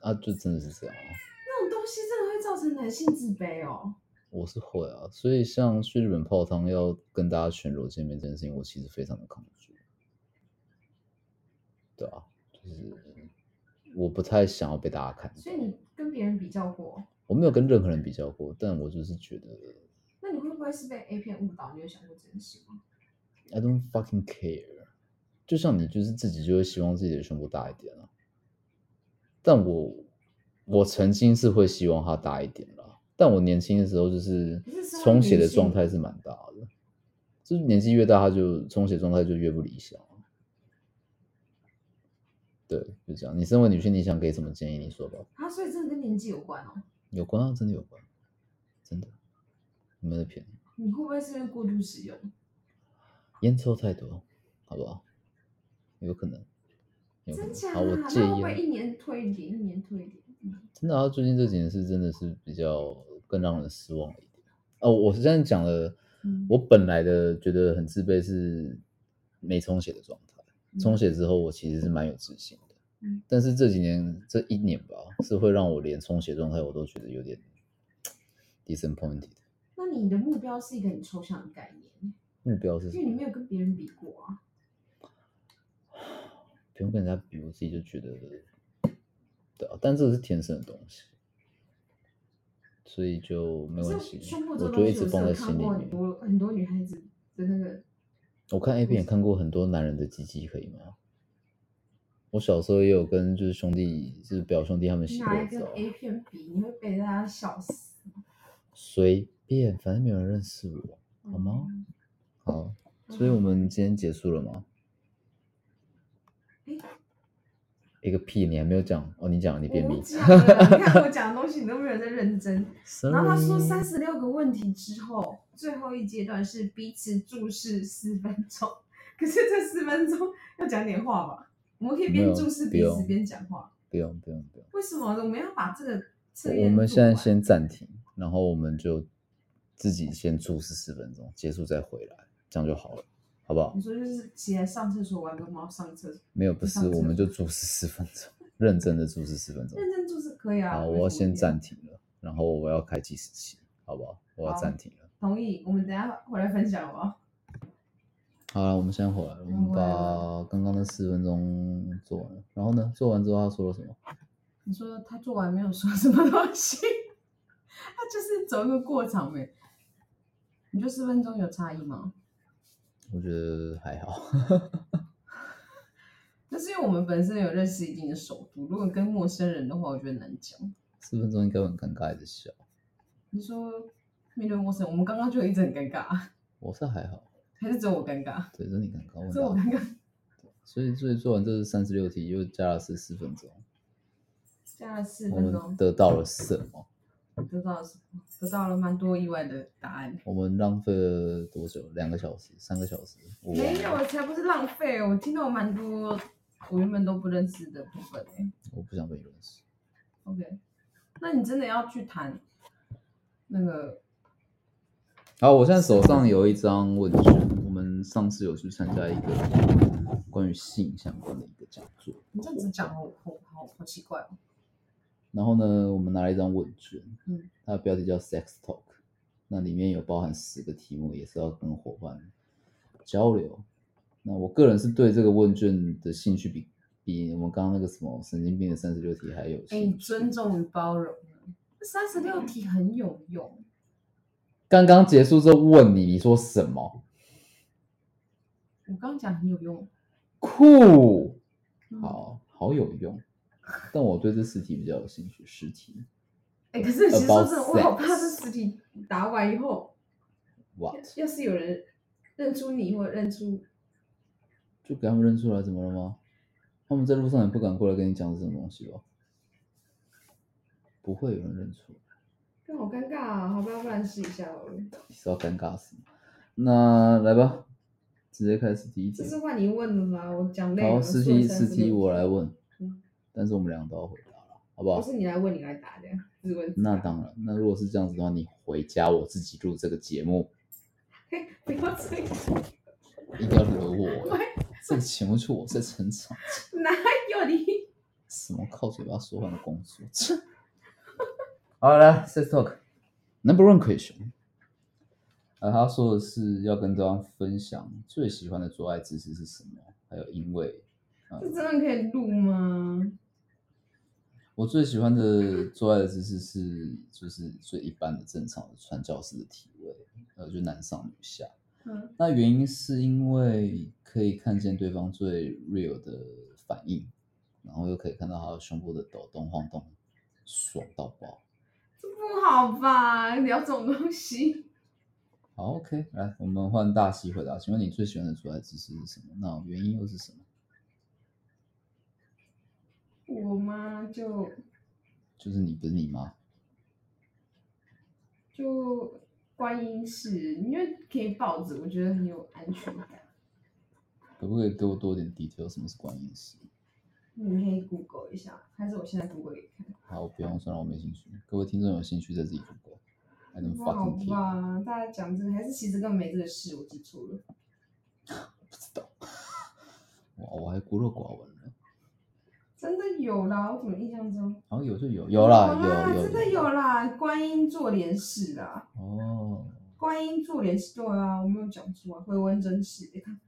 Speaker 2: 啊，就真的是这样啊。
Speaker 1: 那种东西真的会造成男性自卑哦。
Speaker 2: 我是会啊，所以像去日本泡汤要跟大家全裸见面这件事情，我其实非常的抗拒。对啊，就是我不太想要被大家看
Speaker 1: 所以
Speaker 2: 到。
Speaker 1: 你跟别人比较过，
Speaker 2: 我没有跟任何人比较过，但我就是觉得
Speaker 1: 那你会不会是被 A 片误导？你有想过这件事吗？
Speaker 2: I don't fucking care。就像你就是自己就会希望自己的胸部大一点啊，但我我曾经是会希望它大一点啦，但我年轻的时候就是
Speaker 1: 可是身为
Speaker 2: 充血的
Speaker 1: 女性
Speaker 2: 状态是蛮大的，就是年纪越大，它就充血状态就越不理想啊。对，就这样。你身为女性，你想给什么建议？你说吧。
Speaker 1: 啊，所以真的跟年纪有关哦。
Speaker 2: 有关啊，真的有关，真的，没得骗你。
Speaker 1: 你会不会是因为过度使用？
Speaker 2: 烟抽太多，好不好？有可能，有可
Speaker 1: 真
Speaker 2: 能
Speaker 1: 假、啊？
Speaker 2: 好，我
Speaker 1: 那
Speaker 2: 戒
Speaker 1: 会不会
Speaker 2: 烟。
Speaker 1: 一年退一点，一年退一点？嗯
Speaker 2: 真的啊，最近这几年是真的是比较更让人失望了一点。哦，我是这样讲了，
Speaker 1: 嗯
Speaker 2: 我本来的觉得很自卑是没充血的状态，充血之后我其实是蛮有自信的。
Speaker 1: 嗯
Speaker 2: 但是这几年这一年吧，是会让我连充血状态我都觉得有点 disappointed。
Speaker 1: 那你的目标是一个很抽象的概念，
Speaker 2: 目标是什
Speaker 1: 因为你
Speaker 2: 么？
Speaker 1: 没有跟别人比过啊。
Speaker 2: 不用跟人家比，我自己就觉得，对啊，但这个是天生的东西，所以就没关
Speaker 1: 可
Speaker 2: 系
Speaker 1: 是胸，部这
Speaker 2: 我
Speaker 1: 个
Speaker 2: 就
Speaker 1: 东
Speaker 2: 一
Speaker 1: 西，
Speaker 2: 直
Speaker 1: 我是
Speaker 2: 放
Speaker 1: 有
Speaker 2: 在心
Speaker 1: 看
Speaker 2: 里
Speaker 1: 过很
Speaker 2: 面。
Speaker 1: 多很多女孩子的那个，
Speaker 2: 我看 A 片也看过很多男人的鸡鸡，可以吗？我小时候也有跟就是兄弟，就是表兄弟他们洗过
Speaker 1: 拿来跟
Speaker 2: 澡，啊
Speaker 1: A 片比，你会被大家笑死，
Speaker 2: 随便，反正没有人认识我，好吗？
Speaker 1: 嗯？
Speaker 2: 好，所以我们今天结束了吗？
Speaker 1: 诶
Speaker 2: 一个屁，你还没有讲哦，你讲，你便
Speaker 1: 我
Speaker 2: 秘。
Speaker 1: 讲了，你看我讲的东西，你都没有在认 真。然后他说
Speaker 2: Sorry
Speaker 1: 三十六个问题之后，最后一阶段是彼此注视四分钟，可是这四分钟要讲点话吧？我们可以
Speaker 2: 没
Speaker 1: 边
Speaker 2: 有
Speaker 1: 注视
Speaker 2: 不
Speaker 1: 彼此
Speaker 2: 用
Speaker 1: 边讲话。
Speaker 2: 不用不用不用。
Speaker 1: 为什么我们要把这个测
Speaker 2: 我
Speaker 1: 验
Speaker 2: 我们
Speaker 1: 做
Speaker 2: 现在
Speaker 1: 完
Speaker 2: 先暂停，然后我们就自己先注视十分钟，结束再回来，这样就好了，好不好
Speaker 1: 你？说就是起来上厕所玩个猫上厕所，
Speaker 2: 没有，不
Speaker 1: 上
Speaker 2: 是，我
Speaker 1: 次
Speaker 2: 们就注视十分钟，认真的注视 十分钟。
Speaker 1: 认真注视可以啊。
Speaker 2: 好，
Speaker 1: 为什
Speaker 2: 我要
Speaker 1: 么
Speaker 2: 先
Speaker 1: 不
Speaker 2: 暂停了，然后我要开计时器，好不好？我要
Speaker 1: 好
Speaker 2: 暂停了。
Speaker 1: 同意，我们等一下回来分享好不哦好？
Speaker 2: 好了，我们先回来，我们
Speaker 1: 回来了
Speaker 2: 把刚刚那四分钟做完了。然后呢，做完之后他说了什么？
Speaker 1: 你说他做完没有说什么东西， 他就是走一个过场呗。你觉得四分钟有差异吗？
Speaker 2: 我觉得还好，
Speaker 1: 但是因为我们本身有认识一定的熟度，如果跟陌生人的话，我觉得难讲。
Speaker 2: 四分钟应该会很尴尬的笑。
Speaker 1: 你说面对陌生人，我们刚刚就一直很尴尬，
Speaker 2: 我是还好，
Speaker 1: 还是只有我尴尬？
Speaker 2: 对，这你尴尬，我很
Speaker 1: 只有我
Speaker 2: 大
Speaker 1: 尴尬，
Speaker 2: 所以，所以做完这三十六题，又加了四十分钟，
Speaker 1: 加了四
Speaker 2: 我
Speaker 1: 分钟
Speaker 2: 们，得到了什么？
Speaker 1: 得到了什么？得到了蛮多意外的答案。
Speaker 2: 我们浪费了多久？两个小时，三个小时？我忘
Speaker 1: 没有，
Speaker 2: 了，
Speaker 1: 才不是浪费！哦我听到蛮多我原本都不认识的部分诶、
Speaker 2: 我不想被你认识。
Speaker 1: OK，那你真的要去谈那个
Speaker 2: 好，我现在手上有一张问卷，我们上次有去参加一个关于性相关的一个讲座，
Speaker 1: 你这样子讲好好好好奇怪哦。
Speaker 2: 然后呢，我们拿了一张问卷，
Speaker 1: 嗯，
Speaker 2: 它的标题叫 Sex Talk，那里面有包含十个题目，也是要跟伙伴交流。那我个人是对这个问卷的兴趣比比我们刚刚那个什么神经病的三十六题还有
Speaker 1: 哎、
Speaker 2: 兴趣。
Speaker 1: 尊重与包容，三十六题很有用。
Speaker 2: 刚刚结束之后问你，你说什么？
Speaker 1: 我刚刚讲很有用。
Speaker 2: 酷，
Speaker 1: 嗯，
Speaker 2: 好好有用。但我对这十题比较有兴趣，十题。
Speaker 1: 哎、可是其实说
Speaker 2: About
Speaker 1: 真的，我好怕
Speaker 2: sex
Speaker 1: 这十题答完以后，
Speaker 2: What？
Speaker 1: 要是有人认出你或认出，
Speaker 2: 就给他们认出来，怎么了吗？他们在路上也不敢过来跟你讲这种东西吧？不会有人认出来。
Speaker 1: 那好尴尬啊！好吧，不然试一下好了。
Speaker 2: 是要尴尬死。那来吧，直接开始第一
Speaker 1: 这
Speaker 2: 题。
Speaker 1: 是换你问了啦，我讲累了。
Speaker 2: 好，
Speaker 1: 我
Speaker 2: 四
Speaker 1: 说了
Speaker 2: 题四
Speaker 1: 36
Speaker 2: 题我来问
Speaker 1: 嗯，
Speaker 2: 但是我们两个都要回答了，好不
Speaker 1: 不
Speaker 2: 好？
Speaker 1: 是你来问，你来答的，自问自
Speaker 2: 那
Speaker 1: 答
Speaker 2: 当然。那如果是这样子的话，你回家我自己录这个节目，
Speaker 1: 嘿不要这样，
Speaker 2: 一定要惹我。这个节目就我在成长，
Speaker 1: 哪有你？
Speaker 2: 什么靠嘴巴说话的工作？切 好来，Let's talk number one question。呃，他说的是要跟对方分享最喜欢的做爱姿势是什么，还有因为
Speaker 1: 这真的可以录吗？
Speaker 2: 我最喜欢的做爱的姿势是，就是最一般的正常的传教士的体位，呃，就男上女下。
Speaker 1: 嗯
Speaker 2: 那原因是因为可以看见对方最 real 的反应，然后又可以看到他的胸部的抖动晃动，爽到爆。
Speaker 1: 这不好吧？聊这种东西，
Speaker 2: 好，OK，来，我们换大西回答，请问你最喜欢的做爱姿势是什么？那原因又是什么？
Speaker 1: 我妈就
Speaker 2: 就是你不是你妈，
Speaker 1: 就观音式，因为可以抱着，我觉得很有安全感。
Speaker 2: 可不可以给我多一点 detail？什么是观音石？
Speaker 1: 你可以 Google 一下，还是我现在 Google 给你看？
Speaker 2: 好，不用，算了，我没兴趣。各位听众有兴趣再自己 Google。I don't
Speaker 1: 不好
Speaker 2: fucking care。
Speaker 1: 吧？大家讲这个，还是其实根本没这个事，我记错了。
Speaker 2: 不知道。哇，我还孤陋寡闻呢。
Speaker 1: 真的有啦，我怎么印象中
Speaker 2: 然后有就有，有啦，
Speaker 1: 啦
Speaker 2: 有有
Speaker 1: 真的有啦，观音坐莲式啦，
Speaker 2: 哦，
Speaker 1: 观音坐莲式对啊，我没有讲错啊，回温真式，你看，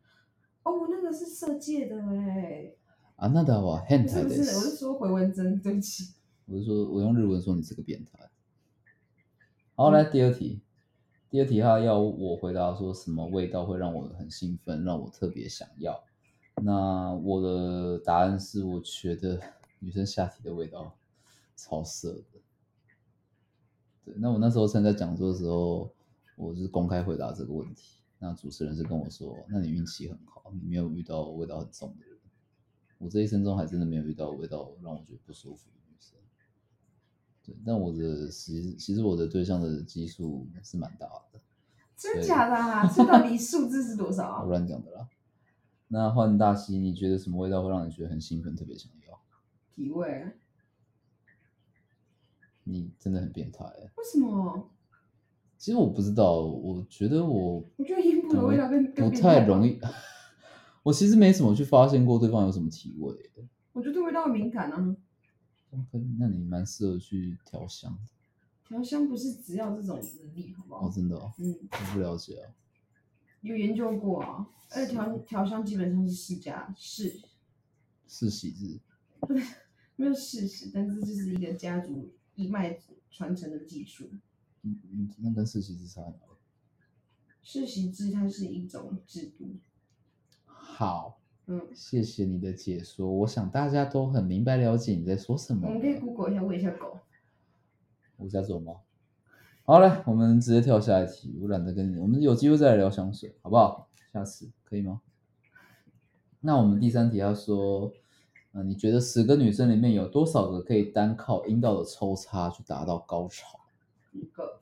Speaker 1: 哦，那个是色戒的哎、
Speaker 2: 啊，那的哇
Speaker 1: 不是
Speaker 2: ，hentai
Speaker 1: 不是，我是
Speaker 2: です。
Speaker 1: 说回温真，对不起，
Speaker 2: 我是说，我用日文说你这个变态。好，来第二题。第二题他要我回答说什么味道会让我很兴奋，让我特别想要。那我的答案是，我觉得女生下体的味道超色的。对，那我那时候参加讲座的时候，我就是公开回答这个问题。那主持人是跟我说：“那你运气很好，你没有遇到味道很重的人。”我这一生中还真的没有遇到味道让我觉得不舒服的女生。对，但我的其实其实我的对象的基数是蛮大的。
Speaker 1: 真假的啊？这到底数字是多 少
Speaker 2: 我
Speaker 1: 啊？
Speaker 2: 乱讲的啦。那换大西，你觉得什么味道会让你觉得很兴奋，特别想要？
Speaker 1: 体味？为
Speaker 2: 你真的很变态欸。
Speaker 1: 什么？
Speaker 2: 其实我不知道，我觉得我
Speaker 1: 我觉得烟布的味道跟
Speaker 2: 不
Speaker 1: 跟
Speaker 2: 太容
Speaker 1: 易，
Speaker 2: 易。 我其实没怎么去发现过对方有什么体味欸。
Speaker 1: 我觉得对味道很敏感啊。
Speaker 2: OK，那你蛮适合去调香的。
Speaker 1: 调香不是只要这种能力，好不
Speaker 2: 哦，
Speaker 1: 好？
Speaker 2: 真的、哦，
Speaker 1: 嗯，
Speaker 2: 我不了解啊。
Speaker 1: 有研究过啊，而且调调香基本上是世家世，
Speaker 2: 是喜字，
Speaker 1: 没有事实，但是这是一个家族一脉传承的技术。
Speaker 2: 嗯嗯，那跟世袭字差在哪里？
Speaker 1: 世袭制它是一种制度，
Speaker 2: 好，
Speaker 1: 嗯，
Speaker 2: 谢谢你的解说，我想大家都很明白了解你在说什么
Speaker 1: 我嗯
Speaker 2: 了。
Speaker 1: 们可以 Google 一下问一下狗，
Speaker 2: 我家有猫。好嘞，我们直接跳下一题，我懒得跟你，我们有机会再来聊香水，好不好？下次可以吗？那我们第三题要说，嗯、你觉得十个女生里面有多少个可以单靠阴道的抽插去达到高潮？
Speaker 1: 一个，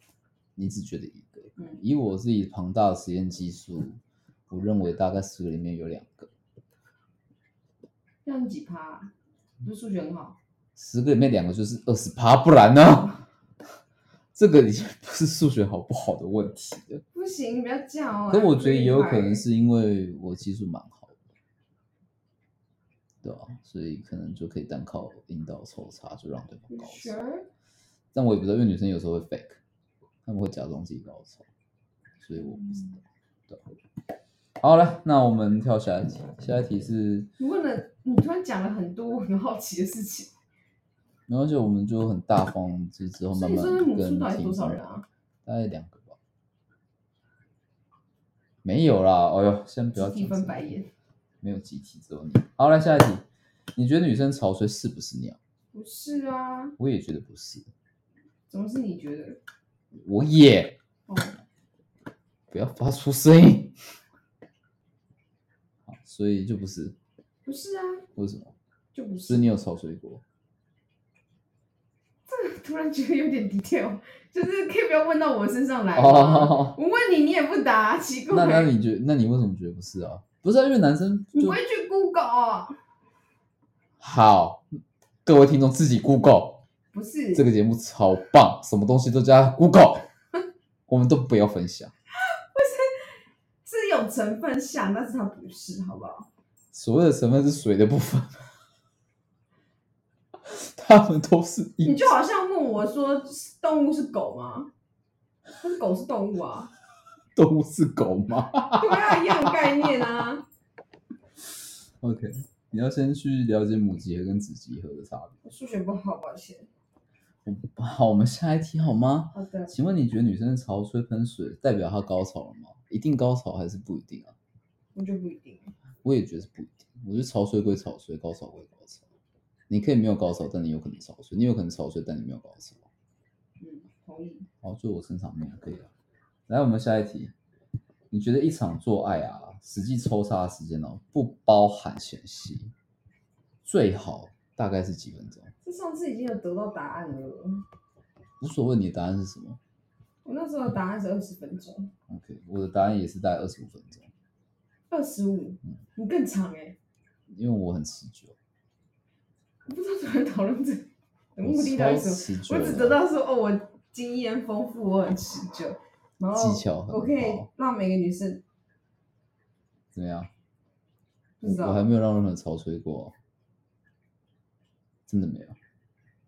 Speaker 2: 你只觉得一个？
Speaker 1: 嗯，
Speaker 2: 以我自己庞大的实验基数，我认为大概十个里面有两个，
Speaker 1: 这样几趴啊、你不是数学很好，
Speaker 2: 十个里面两个就是二十趴，不然呢？ 这个已经不是数学好不好的问题了。
Speaker 1: 不行，你不要这样哦。
Speaker 2: 可我觉得也有可
Speaker 1: I'm
Speaker 2: 能
Speaker 1: really tired
Speaker 2: 是因为我技术蛮好的，对啊，所以可能就可以单靠阴道抽插就让对方
Speaker 1: You
Speaker 2: 高潮。
Speaker 1: sure，
Speaker 2: 但我也不知道，因为女生有时候会 fake，他们会假装自己高潮，所以我不知
Speaker 1: 嗯
Speaker 2: 道。对啊好了，那我们跳下一题。下一题是，
Speaker 1: 你问了，你突然讲了很多我很好奇的事情，
Speaker 2: 没关系，我们就很大方，就之后
Speaker 1: 所
Speaker 2: 哦
Speaker 1: 以
Speaker 2: 慢
Speaker 1: 你
Speaker 2: 慢
Speaker 1: 说那母
Speaker 2: 跟
Speaker 1: 猪到底
Speaker 2: 听
Speaker 1: 多少
Speaker 2: 众
Speaker 1: 人啊？
Speaker 2: 大概两个吧。没有啦，哎呦，先不要
Speaker 1: 集体
Speaker 2: 讲
Speaker 1: 翻
Speaker 2: 这个
Speaker 1: 白眼，
Speaker 2: 没有集体，只有你。好，来下一题，你觉得女生潮吹是不是尿？
Speaker 1: 不是啊，
Speaker 2: 我也觉得不是，
Speaker 1: 怎么是你觉得？
Speaker 2: 我也
Speaker 1: 哦，
Speaker 2: 不要发出声音。好，所以就不是，
Speaker 1: 不是啊，
Speaker 2: 为什么？
Speaker 1: 就不
Speaker 2: 是
Speaker 1: 是。
Speaker 2: 你有潮吹过？
Speaker 1: 突然觉得有点 detail，就是可以不要问到我身上来吗
Speaker 2: 哦，
Speaker 1: 我问你，你也不答，奇怪。
Speaker 2: 那那你觉，那你为什么觉得不是啊？不是、啊、因为男生
Speaker 1: 你不
Speaker 2: 就
Speaker 1: 会去 Google？哦
Speaker 2: 好，各位听众自己 Google。
Speaker 1: 不是
Speaker 2: 这个节目超棒，什么东西都加 Google，我们都不要分享。
Speaker 1: 是有成分像，但是它不是，好不好？
Speaker 2: 所谓的成分是水的部分，啊他们都是一
Speaker 1: 你就好像问我说，动物是狗吗？但是狗是动物啊，
Speaker 2: 动物是狗吗
Speaker 1: 对啊，一样的概念啊。
Speaker 2: ？OK，你要先去了解母集合跟子集合的差
Speaker 1: 我数学不好，抱歉。
Speaker 2: 别。我好，我们下一题好吗？
Speaker 1: 好的，
Speaker 2: 请问你觉得女生潮吹喷水代表她高潮了吗？一定高潮还是不一定啊？
Speaker 1: 我就不一定。
Speaker 2: 我也觉得是不一定。我觉得潮吹归潮吹，高潮归高潮。你可以没有高潮，但你有可能潮吹；你有可能潮吹，但你没有高潮。
Speaker 1: 嗯，同意。
Speaker 2: 哦，就我身上没有可以了。来，我们下一题。你觉得一场做爱啊，实际抽插的时间哦，不包含前戏，最好大概是几分钟？
Speaker 1: 这上次已经有得到答案了。
Speaker 2: 无所谓，你的答案是什么
Speaker 1: 我那时候的答案是二十分钟，
Speaker 2: ？OK，我的答案也是大概二十五分钟，
Speaker 1: 二十五，你更长哎、
Speaker 2: 因为我很持久。
Speaker 1: 我不知道怎么讨论这个目的到
Speaker 2: 我
Speaker 1: 底
Speaker 2: 超
Speaker 1: 是什
Speaker 2: 持久
Speaker 1: 么。
Speaker 2: 的，
Speaker 1: 我只得到说哦，我经验丰富，我很持久，然后
Speaker 2: 技巧很
Speaker 1: 我可以
Speaker 2: 好
Speaker 1: 让每个女生
Speaker 2: 怎么样？
Speaker 1: 不知
Speaker 2: 我还
Speaker 1: 道。
Speaker 2: 没有让任何人潮吹过哦，真的没有。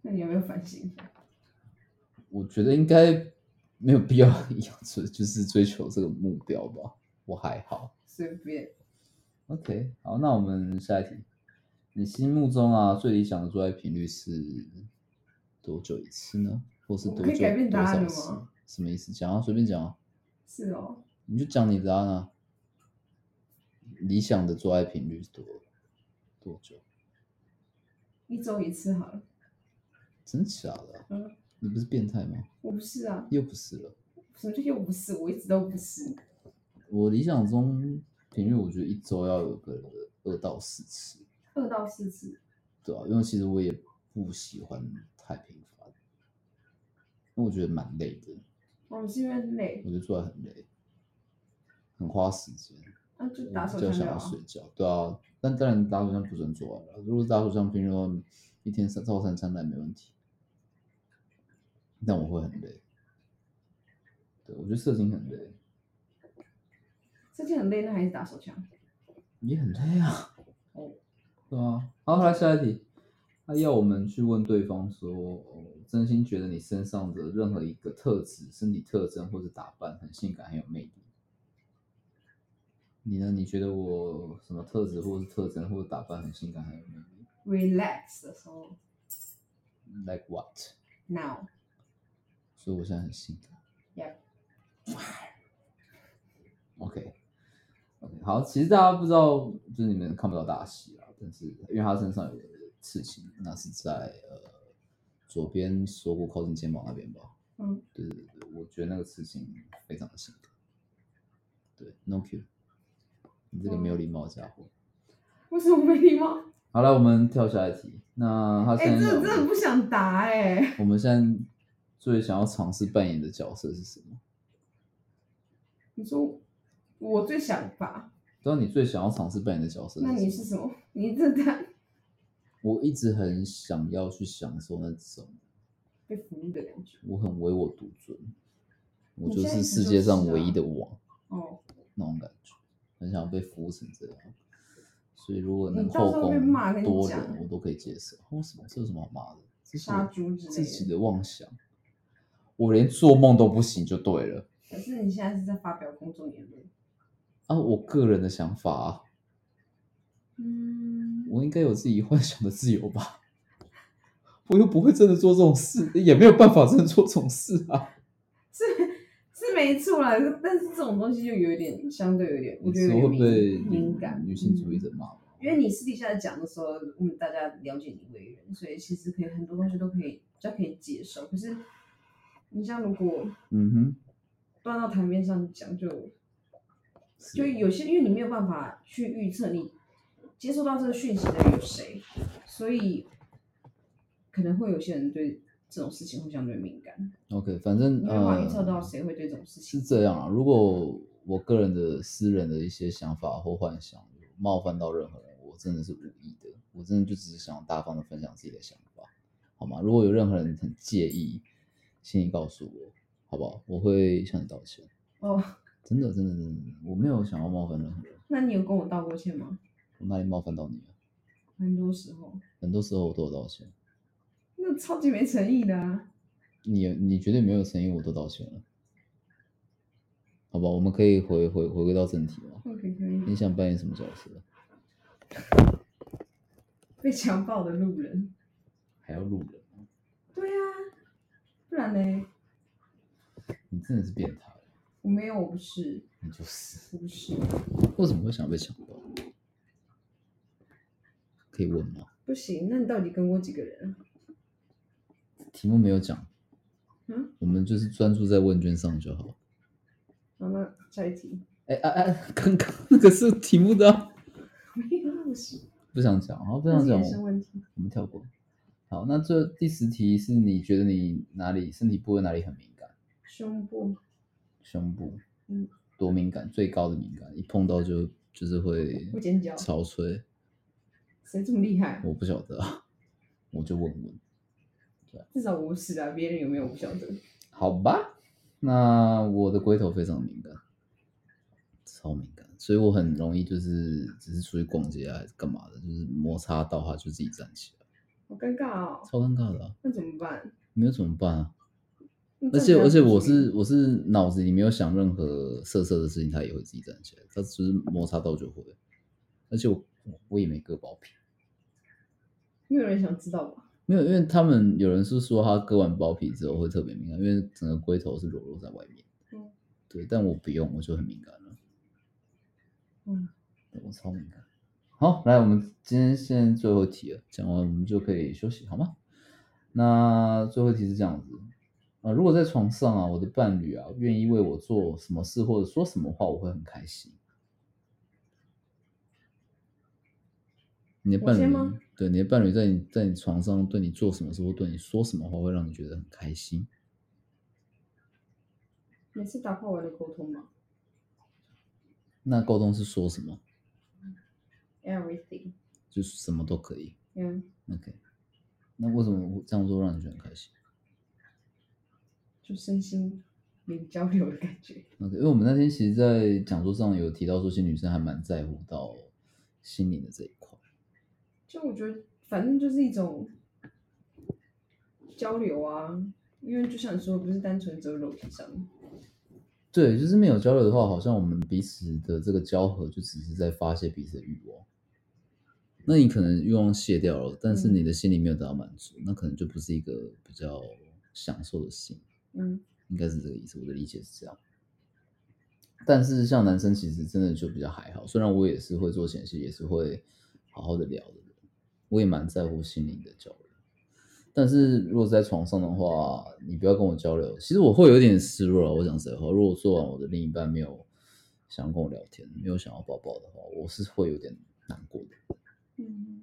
Speaker 1: 那你有没有反省一下？
Speaker 2: 我觉得应该没有必要 一样追，就是追求这个目标吧。我还好。
Speaker 1: 随便，
Speaker 2: OK，好，那我们下一题。你心目中啊最理想的做爱频率是多久一次呢？或是
Speaker 1: 我
Speaker 2: 多
Speaker 1: 可以
Speaker 2: 久
Speaker 1: 改变
Speaker 2: 多
Speaker 1: 答案
Speaker 2: 少
Speaker 1: 了
Speaker 2: 次
Speaker 1: 吗？
Speaker 2: 什么意思？讲啊，随便讲啊，
Speaker 1: 是哦，
Speaker 2: 你就讲你的答案啊。理想的做爱频率是多多久？
Speaker 1: 一周一次好了。
Speaker 2: 真假的啊、
Speaker 1: 嗯
Speaker 2: 你不是变态吗？
Speaker 1: 我不是啊，
Speaker 2: 又不是了。
Speaker 1: 什么叫又不是？我一直都不是。
Speaker 2: 我理想中频率，我觉得一周要有个二到四次，
Speaker 1: 二到四次，
Speaker 2: 对啊，因为其实我也不喜欢太频繁，因为我觉得蛮累的，
Speaker 1: 哦，是因为累，
Speaker 2: 我觉得做爱很累，很花时间，
Speaker 1: 那就打手
Speaker 2: 比较
Speaker 1: 枪就
Speaker 2: 想要
Speaker 1: 好
Speaker 2: 睡。觉，对啊。但当然打手枪不算做爱了，如果打手枪频率的话，一天三照三餐来没问题，但我会很累。对，我觉得射精很累，
Speaker 1: 最近很累，那还是打手枪。
Speaker 2: 也很累啊。
Speaker 1: 哦，
Speaker 2: 对啊。好，来下一题，他要我们去问对方说，哦，真心觉得你身上的任何一个特质、身体特征或者打扮很性感、很有魅力。你呢？你觉得我什么特质或是特征或者打扮很性感、很有魅力
Speaker 1: Relax 的时候
Speaker 2: ？Like what？
Speaker 1: ，now，
Speaker 2: 所以我现在很性感。
Speaker 1: Yep.
Speaker 2: OK。OK，好，其实大家不知道，就是你们看不到大西啊，但是因为他身上有刺青，那是在呃左边锁骨靠近肩膀那边吧。
Speaker 1: 嗯，
Speaker 2: 对对对，我觉得那个刺青非常的性感。对，No Q，你这个没有礼貌的家伙。
Speaker 1: 为什么没礼貌？
Speaker 2: 好了，我们跳下一题。那他
Speaker 1: 哎、
Speaker 2: 现在
Speaker 1: 这
Speaker 2: 要
Speaker 1: 真的不想答哎、
Speaker 2: 我们现在最想要尝试扮演的角色是什么？
Speaker 1: 你说我最想吧？
Speaker 2: 知道你最想要尝试扮演的角色什
Speaker 1: 那
Speaker 2: 么？
Speaker 1: 你是什么？你这答
Speaker 2: 我一直很想要去享受那种
Speaker 1: 被服务的感觉
Speaker 2: 我很唯我独尊，我
Speaker 1: 你
Speaker 2: 就
Speaker 1: 现在
Speaker 2: 是
Speaker 1: 一直
Speaker 2: 世
Speaker 1: 就
Speaker 2: 界上
Speaker 1: 是
Speaker 2: 唯一
Speaker 1: 啊
Speaker 2: 的王
Speaker 1: 哦。
Speaker 2: 那种感觉，很想被服务成这样。所以如果
Speaker 1: 你
Speaker 2: 能
Speaker 1: 到
Speaker 2: 后
Speaker 1: 时候被
Speaker 2: 宫
Speaker 1: 骂跟你
Speaker 2: 多
Speaker 1: 讲
Speaker 2: 人，我都可以接受。为什么？这有什么好骂的？这是
Speaker 1: 杀
Speaker 2: 我
Speaker 1: 猪之
Speaker 2: 自
Speaker 1: 类
Speaker 2: 己
Speaker 1: 的
Speaker 2: 的妄想，我连做梦都不行就对了
Speaker 1: 可是你现在是在发表公众言论，
Speaker 2: 啊！我个人的想法、啊，
Speaker 1: 嗯，
Speaker 2: 我应该有自己幻想的自由吧？我又不会真的做这种事，也没有办法真的做这种事啊。
Speaker 1: 是是没错啦，但是这种东西就有一点相对有点，我
Speaker 2: 你
Speaker 1: 觉得
Speaker 2: 是
Speaker 1: 有
Speaker 2: 会被
Speaker 1: 点敏敏感
Speaker 2: 女性主义者
Speaker 1: 嗯
Speaker 2: 骂吗？
Speaker 1: 因为你私底下讲的时候，嗯，大家了解你为人，所以其实可以很多东西都可以比较可以接受。可是你像如果
Speaker 2: 嗯哼，
Speaker 1: 端到台面上讲就，就是就有些因为你没有办法去预测你接收到这个讯息的有谁，所以可能会有些人对这种事情会相对敏感，
Speaker 2: OK，反正
Speaker 1: 你没有办法预测到
Speaker 2: 呃
Speaker 1: 谁会对这种事
Speaker 2: 是
Speaker 1: 情。
Speaker 2: 这样啊。如果我个人的私人的一些想法或幻想有冒犯到任何人，我真的是无意的，我真的就只是想大方的分享自己的想法，好吗？如果有任何人很介意，请你告诉我，好不好？我会向你道歉。
Speaker 1: 哦，
Speaker 2: 真的，真的，真的，真的我没有想要冒犯任何人，
Speaker 1: 那你有跟我道过歉吗？
Speaker 2: 我哪里冒犯到你了？
Speaker 1: 很多时候，
Speaker 2: 很多时候我都有道歉，
Speaker 1: 们超级没诚意的啊。
Speaker 2: 你你绝对没有诚意，我都道歉了。好吧，我们可以回回回归到正题了。
Speaker 1: OK，可以。
Speaker 2: 你想扮演什么角色？
Speaker 1: 被强暴的路人。
Speaker 2: 还要路人？
Speaker 1: 对啊，不然呢？
Speaker 2: 你真的是变态，
Speaker 1: 我没有，我不是，
Speaker 2: 你就是。
Speaker 1: 我不是，
Speaker 2: 为什么会想被强暴？可以问吗？
Speaker 1: 不行。那你到底跟过几个人啊？
Speaker 2: 题目没有讲，
Speaker 1: 嗯，
Speaker 2: 我们就是专注在问卷上就好。
Speaker 1: 好，那下一题。
Speaker 2: 哎哎哎，刚刚那个是题目的啊、
Speaker 1: 没有，不是。
Speaker 2: 不想讲，好不
Speaker 1: 那
Speaker 2: 想
Speaker 1: 是
Speaker 2: 讲，
Speaker 1: 人生
Speaker 2: 我
Speaker 1: 问题。
Speaker 2: 们跳过。好，那这第十题是你觉得你哪里身体部位哪里很敏感？
Speaker 1: 胸部，
Speaker 2: 胸部，
Speaker 1: 嗯，
Speaker 2: 多敏感？最高的敏感，一碰到就就是会
Speaker 1: 会尖叫
Speaker 2: 潮吹。
Speaker 1: 谁这么厉害？
Speaker 2: 我不晓得啊，我就问问。
Speaker 1: 至少我是啊，别人有没有我不晓得。
Speaker 2: 好吧，那我的龟头非常敏感，超敏感，所以我很容易就是只是出去逛街啊，还是干嘛的，就是摩擦到它就自己站起来，
Speaker 1: 好尴尬哦，
Speaker 2: 超尴尬的、啊，
Speaker 1: 那怎么办？
Speaker 2: 没有怎么办啊？
Speaker 1: 那这
Speaker 2: 而且
Speaker 1: 样
Speaker 2: 而且
Speaker 1: 不
Speaker 2: 我
Speaker 1: 行
Speaker 2: 是我是脑子里没有想任何色色的事情，它也会自己站起来，它只是摩擦到就会，而且我我也没割包皮，
Speaker 1: 没有人想知道吧？
Speaker 2: 没有，因为他们有人是说他割完包皮之后会特别敏感，因为整个龟头是裸露在外面。
Speaker 1: 嗯，
Speaker 2: 对，但我不用，我就很敏感了。
Speaker 1: 嗯
Speaker 2: 对，我超敏感。好，来，我们今天现在最后一题了，讲完我们就可以休息，好吗？那最后一题是这样子，啊、如果在床上啊，我的伴侣啊愿意为我做什么事或者说什么话，我会很开心。你的
Speaker 1: 我
Speaker 2: 伴
Speaker 1: 先
Speaker 2: 侣
Speaker 1: 吗，
Speaker 2: 对你的伴侣在你在你床上对你做什么事或对你说什么话，会让你觉得很开心？
Speaker 1: 每次打破我的沟通嘛
Speaker 2: 那沟通是说什么？
Speaker 1: ，everything，
Speaker 2: 就是什么都可以。
Speaker 1: 嗯，
Speaker 2: OK，那为什么这样做让你觉得很开心
Speaker 1: 就身心灵交流的感觉。
Speaker 2: ？OK，因为我们那天其实，在讲座上有提到说，其实女生还蛮在乎到心灵的这一块。
Speaker 1: 就我觉得，反正就是一种交流啊，因为就像你说，不是单纯只有肉体上，
Speaker 2: 对，就是没有交流的话，好像我们彼此的这个交合就只是在发泄彼此的欲望。那你可能欲望卸掉了，但是
Speaker 1: 嗯
Speaker 2: 你的心里没有得到满足，那可能就不是一个比较享受的心。
Speaker 1: 嗯，
Speaker 2: 应该是这个意思，我的理解是这样。但是像男生其实真的就比较还好，虽然我也是会做前戏，也是会好好的聊的人，我也蛮在乎心灵的交流。但是如果在床上的话，你不要跟我交流，其实我会有点失落啊了。我讲实话，如果做完我的另一半没有想跟我聊天，没有想要抱抱的话，我是会有点难过的。
Speaker 1: 嗯，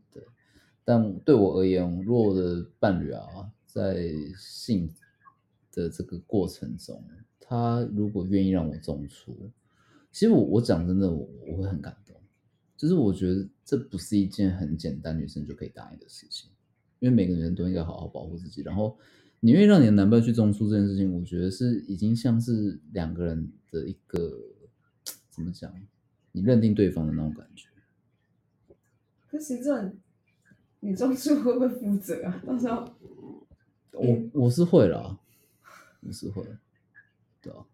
Speaker 2: 但对我而言，如果我的伴侣啊，在性的这个过程中，他如果愿意让我中出，其实我我讲真的，我我会很感动。就是我觉得这不是一件很简单女生就可以答应的事情，因为每个女生都应该好好保护自己。然后你愿意让你的男伴去中出这件事情，我觉得是已经像是两个人的一个怎么讲，你认定对方的那种感觉。
Speaker 1: 可是这种你中出会不会负责啊？到时候嗯
Speaker 2: 我我是会啦，我是会，对啊，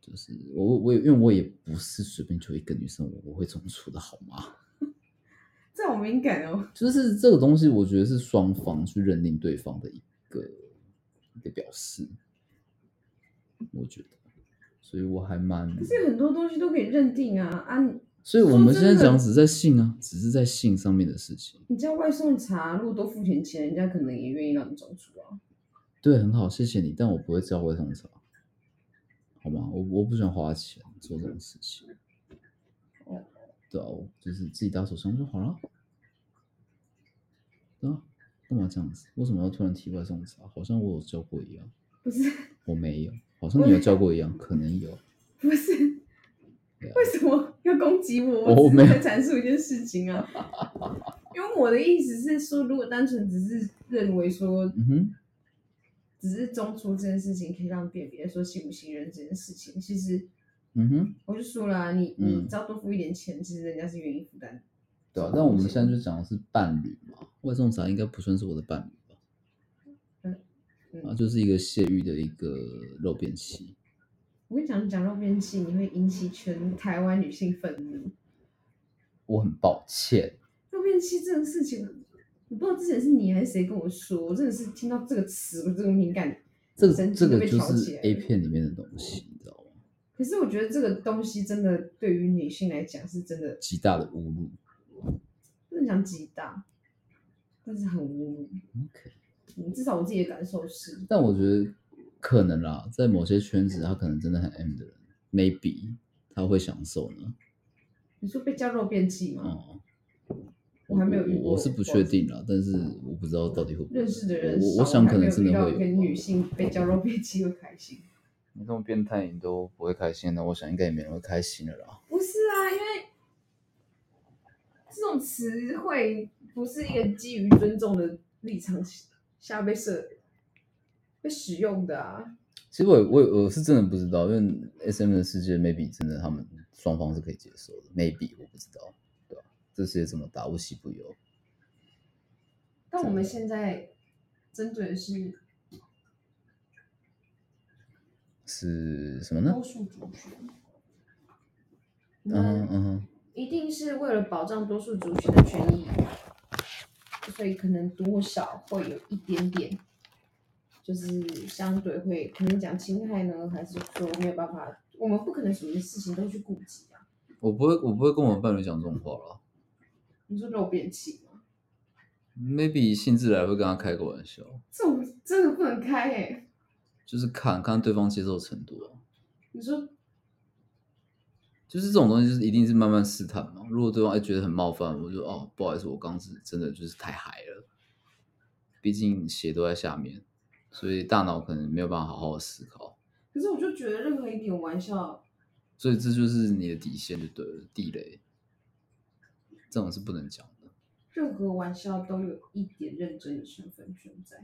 Speaker 2: 就是我我也因为我也不是随便求一个女生我我会中出的好吗？
Speaker 1: 这好敏感哦，
Speaker 2: 就是这个东西，我觉得是双方去认定对方的一个一个表示，我觉得，所以我还蛮，
Speaker 1: 可是很多东西都可以认定啊啊！你
Speaker 2: 所以我们现在
Speaker 1: 说真
Speaker 2: 讲
Speaker 1: 的
Speaker 2: 只在性啊，只是在性上面的事情，
Speaker 1: 你叫外送茶，如果多付钱钱，人家可能也愿意让你中出啊。
Speaker 2: 对，很好，谢谢你，但我不会叫外送茶，好吗？我我不喜欢花钱做这种事情。
Speaker 1: 哦，
Speaker 2: 对啊，我就是自己打手枪就好了。对啊，干嘛这样子？为什么要突然提外送茶？好像我有教过一样，
Speaker 1: 不是
Speaker 2: 我没有，好像你有教过一样，可能有。
Speaker 1: 不是，
Speaker 2: 对啊
Speaker 1: 为什么要攻击我？
Speaker 2: 我
Speaker 1: 只
Speaker 2: 没
Speaker 1: 是
Speaker 2: 有
Speaker 1: 在阐述一件事情啊。 因为我的意思是说，如果单纯只是认为说，
Speaker 2: 嗯哼，
Speaker 1: 只是中出这件事情可以让辨别说信不信任这件事情，其实
Speaker 2: 嗯哼，
Speaker 1: 我就说了、啊，你
Speaker 2: 嗯
Speaker 1: 你只要多付一点钱，其实人家是愿意负担。
Speaker 2: 对啊。但我们现在就讲的是伴侣嘛，外送茶应该不算是我的伴侣吧？
Speaker 3: 嗯
Speaker 2: 啊，就是一个泄欲的一个肉便器。
Speaker 1: 我跟你讲，你讲到变性，你会引起全台湾女性愤怒。
Speaker 2: 我很抱歉，
Speaker 1: 肉便器这种事情，我不知道之前是你还是谁跟我说，我真的是听到这个词，我这个敏感。
Speaker 2: 这个
Speaker 1: 神
Speaker 2: 这
Speaker 1: 经都
Speaker 2: 个
Speaker 1: 被
Speaker 2: 就
Speaker 1: 挑
Speaker 2: 是
Speaker 1: 起来
Speaker 2: A
Speaker 1: 了
Speaker 2: 片里面的东西，你知道吗？
Speaker 1: 可是我觉得这个东西真的对于女性来讲是真的
Speaker 2: 极大的侮辱。
Speaker 1: 不能讲极大，但是很侮辱。
Speaker 2: OK，
Speaker 1: 嗯，至少我自己的感受是，
Speaker 2: 但我觉得可能啦，在某些圈子，他可能真的很 M 的人，maybe 他会享受呢。
Speaker 1: 你说被叫肉便器吗？
Speaker 2: 哦，
Speaker 1: 我还没有遇
Speaker 2: 我
Speaker 1: 过
Speaker 2: 我是不确定啦，但是我不知道到底会不会
Speaker 1: 认识的人
Speaker 2: 我
Speaker 1: 少，
Speaker 2: 我想可
Speaker 1: 还没
Speaker 2: 能
Speaker 1: 有
Speaker 2: 真的
Speaker 1: 遇到
Speaker 2: 会
Speaker 1: 一个
Speaker 2: 有吧
Speaker 1: 女性被叫肉便器会开心。
Speaker 2: 你这么变态，你都不会开心的，我想应该也没人会开心的啦。
Speaker 1: 不是啊，因为这种词汇不是一个基于尊重的立场下被设被使用的啊。
Speaker 2: 其实我也我也我是真的不知道，因为 S M 的世界 maybe 真的他们双方是可以接受的，maybe 我不知道，对吧、这世界这么大，无奇不有。
Speaker 1: 但我们现在针对的是
Speaker 2: 是什么呢
Speaker 1: 多？数族群，
Speaker 2: 嗯
Speaker 1: 嗯，
Speaker 2: 嗯哼，
Speaker 1: 一定是为了保障多数族群的权益，所以可能多少会有一点点，就是相对会可能讲侵害呢，还是说没有办法，我们不可能什么事情都去顾及啊。
Speaker 2: 我不会我不会跟我伴侣讲这种话啦。
Speaker 1: 你说肉便器吗？
Speaker 2: maybe 兴致来会跟他开个玩笑，
Speaker 1: 这种真的不能开欸诶、
Speaker 2: 就是看看对方接受程度啊。
Speaker 1: 你说
Speaker 2: 就是这种东西，就是一定是慢慢试探嘛。如果对方哎觉得很冒犯，我就哦不好意思，我刚是真的就是太嗨了，毕竟血都在下面，所以大脑可能没有办法好好的思考，
Speaker 1: 可是我就觉得任何一点玩笑，
Speaker 2: 所以这就是你的底线就对了，地雷，这种是不能讲的。
Speaker 1: 任何玩笑都有一点认真的成分存在。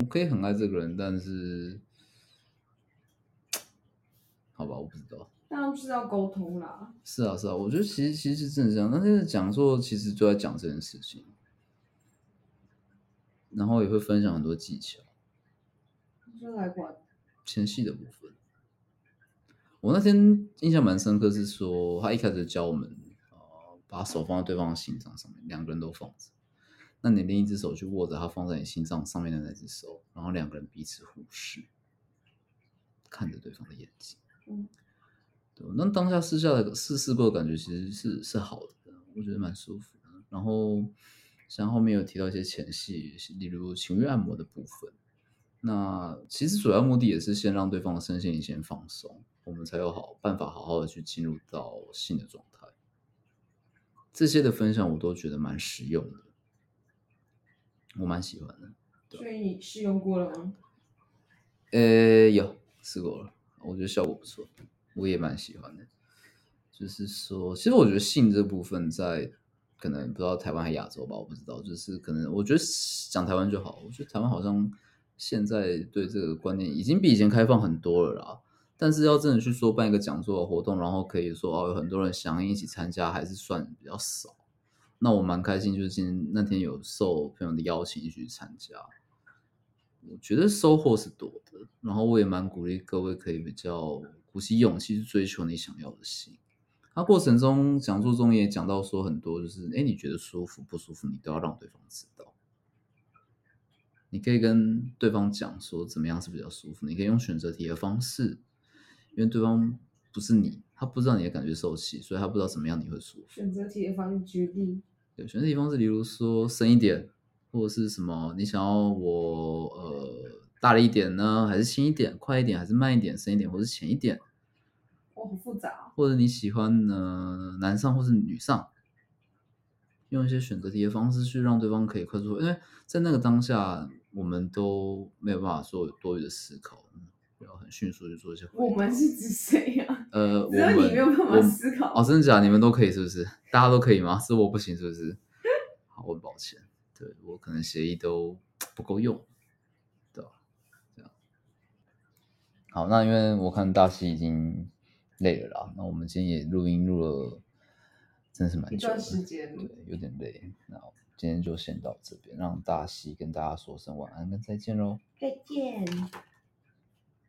Speaker 2: 我可以很爱这个人，但是好吧，我不知道。
Speaker 1: 当然就是要沟通啦，
Speaker 2: 是啊，是啊，我觉得其实其实是正常，但是讲座其实就在讲这件事情，然后也会分享很多技巧，
Speaker 1: 就来管。
Speaker 2: 前戏的部分。我那天印象蛮深刻，是说他一开始教我们，呃，把手放在对方的心脏上面，两个人都放着，那你另一只手去握着他放在你心脏上面的那只手，然后两个人彼此忽视，看着对方的眼睛。
Speaker 1: 嗯，
Speaker 2: 对，那当下试下的试试过的感觉其实是是好的，我觉得蛮舒服的。然后像后面有提到一些前戏，例如情欲按摩的部分，那其实主要目的也是先让对方的身心灵先放松，我们才有好办法好好的去进入到性的状态。这些的分享我都觉得蛮实用的，我蛮喜欢的。
Speaker 1: 所以你试用过了吗？
Speaker 2: 呃，有试过了，我觉得效果不错，我也蛮喜欢的。就是说，其实我觉得性这部分在可能不知道台湾还亚洲吧，我不知道，就是可能我觉得讲台湾就好，我觉得台湾好像现在对这个观念已经比以前开放很多了啦。但是要真的去说办一个讲座的活动，然后可以说哦有很多人响应一起参加，还是算比较少。那我蛮开心，就是今天那天有受朋友的邀请一起去参加，我觉得收获是多的，然后我也蛮鼓励各位可以比较鼓起勇气去追求你想要的心。那过程中讲座中也讲到说很多，就是哎，诶你觉得舒服不舒服，你都要让对方知道。你可以跟对方讲说怎么样是比较舒服，你可以用选择题的方式，因为对方不是你，他不知道你的感觉受气，所以他不知道怎么样你会舒服。
Speaker 1: 选择题的方式决定。
Speaker 2: 对，选择题方式，例如说深一点，或者是什么，你想要我呃大了一点呢，还是轻一点，快一点，还是慢一点，深一点，或是浅一点，
Speaker 1: 哇，好复杂、哦。
Speaker 2: 或者你喜欢呢男上或是女上，用一些选择题的方式去让对方可以快速，因为在那个当下，我们都没有办法做多余的思考，然后很迅速去做一些回
Speaker 1: 我们是指谁啊？
Speaker 2: 呃，我
Speaker 1: 只有你
Speaker 2: 们
Speaker 1: 没有办法
Speaker 2: 我
Speaker 1: 思考。
Speaker 2: 哦，真的假的？你们都可以是不是？大家都可以吗？是我不行是不是？好，我很抱歉，对我可能协议都不够用，对吧？这样。好，那因为我看大西已经累了啦，那我们今天也录音录了，真是蛮
Speaker 1: 一
Speaker 2: 久的
Speaker 1: 段，时间
Speaker 2: 对，有点累。那今天就先到这边，让大西跟大家说声晚安跟再见喽。
Speaker 1: 再见。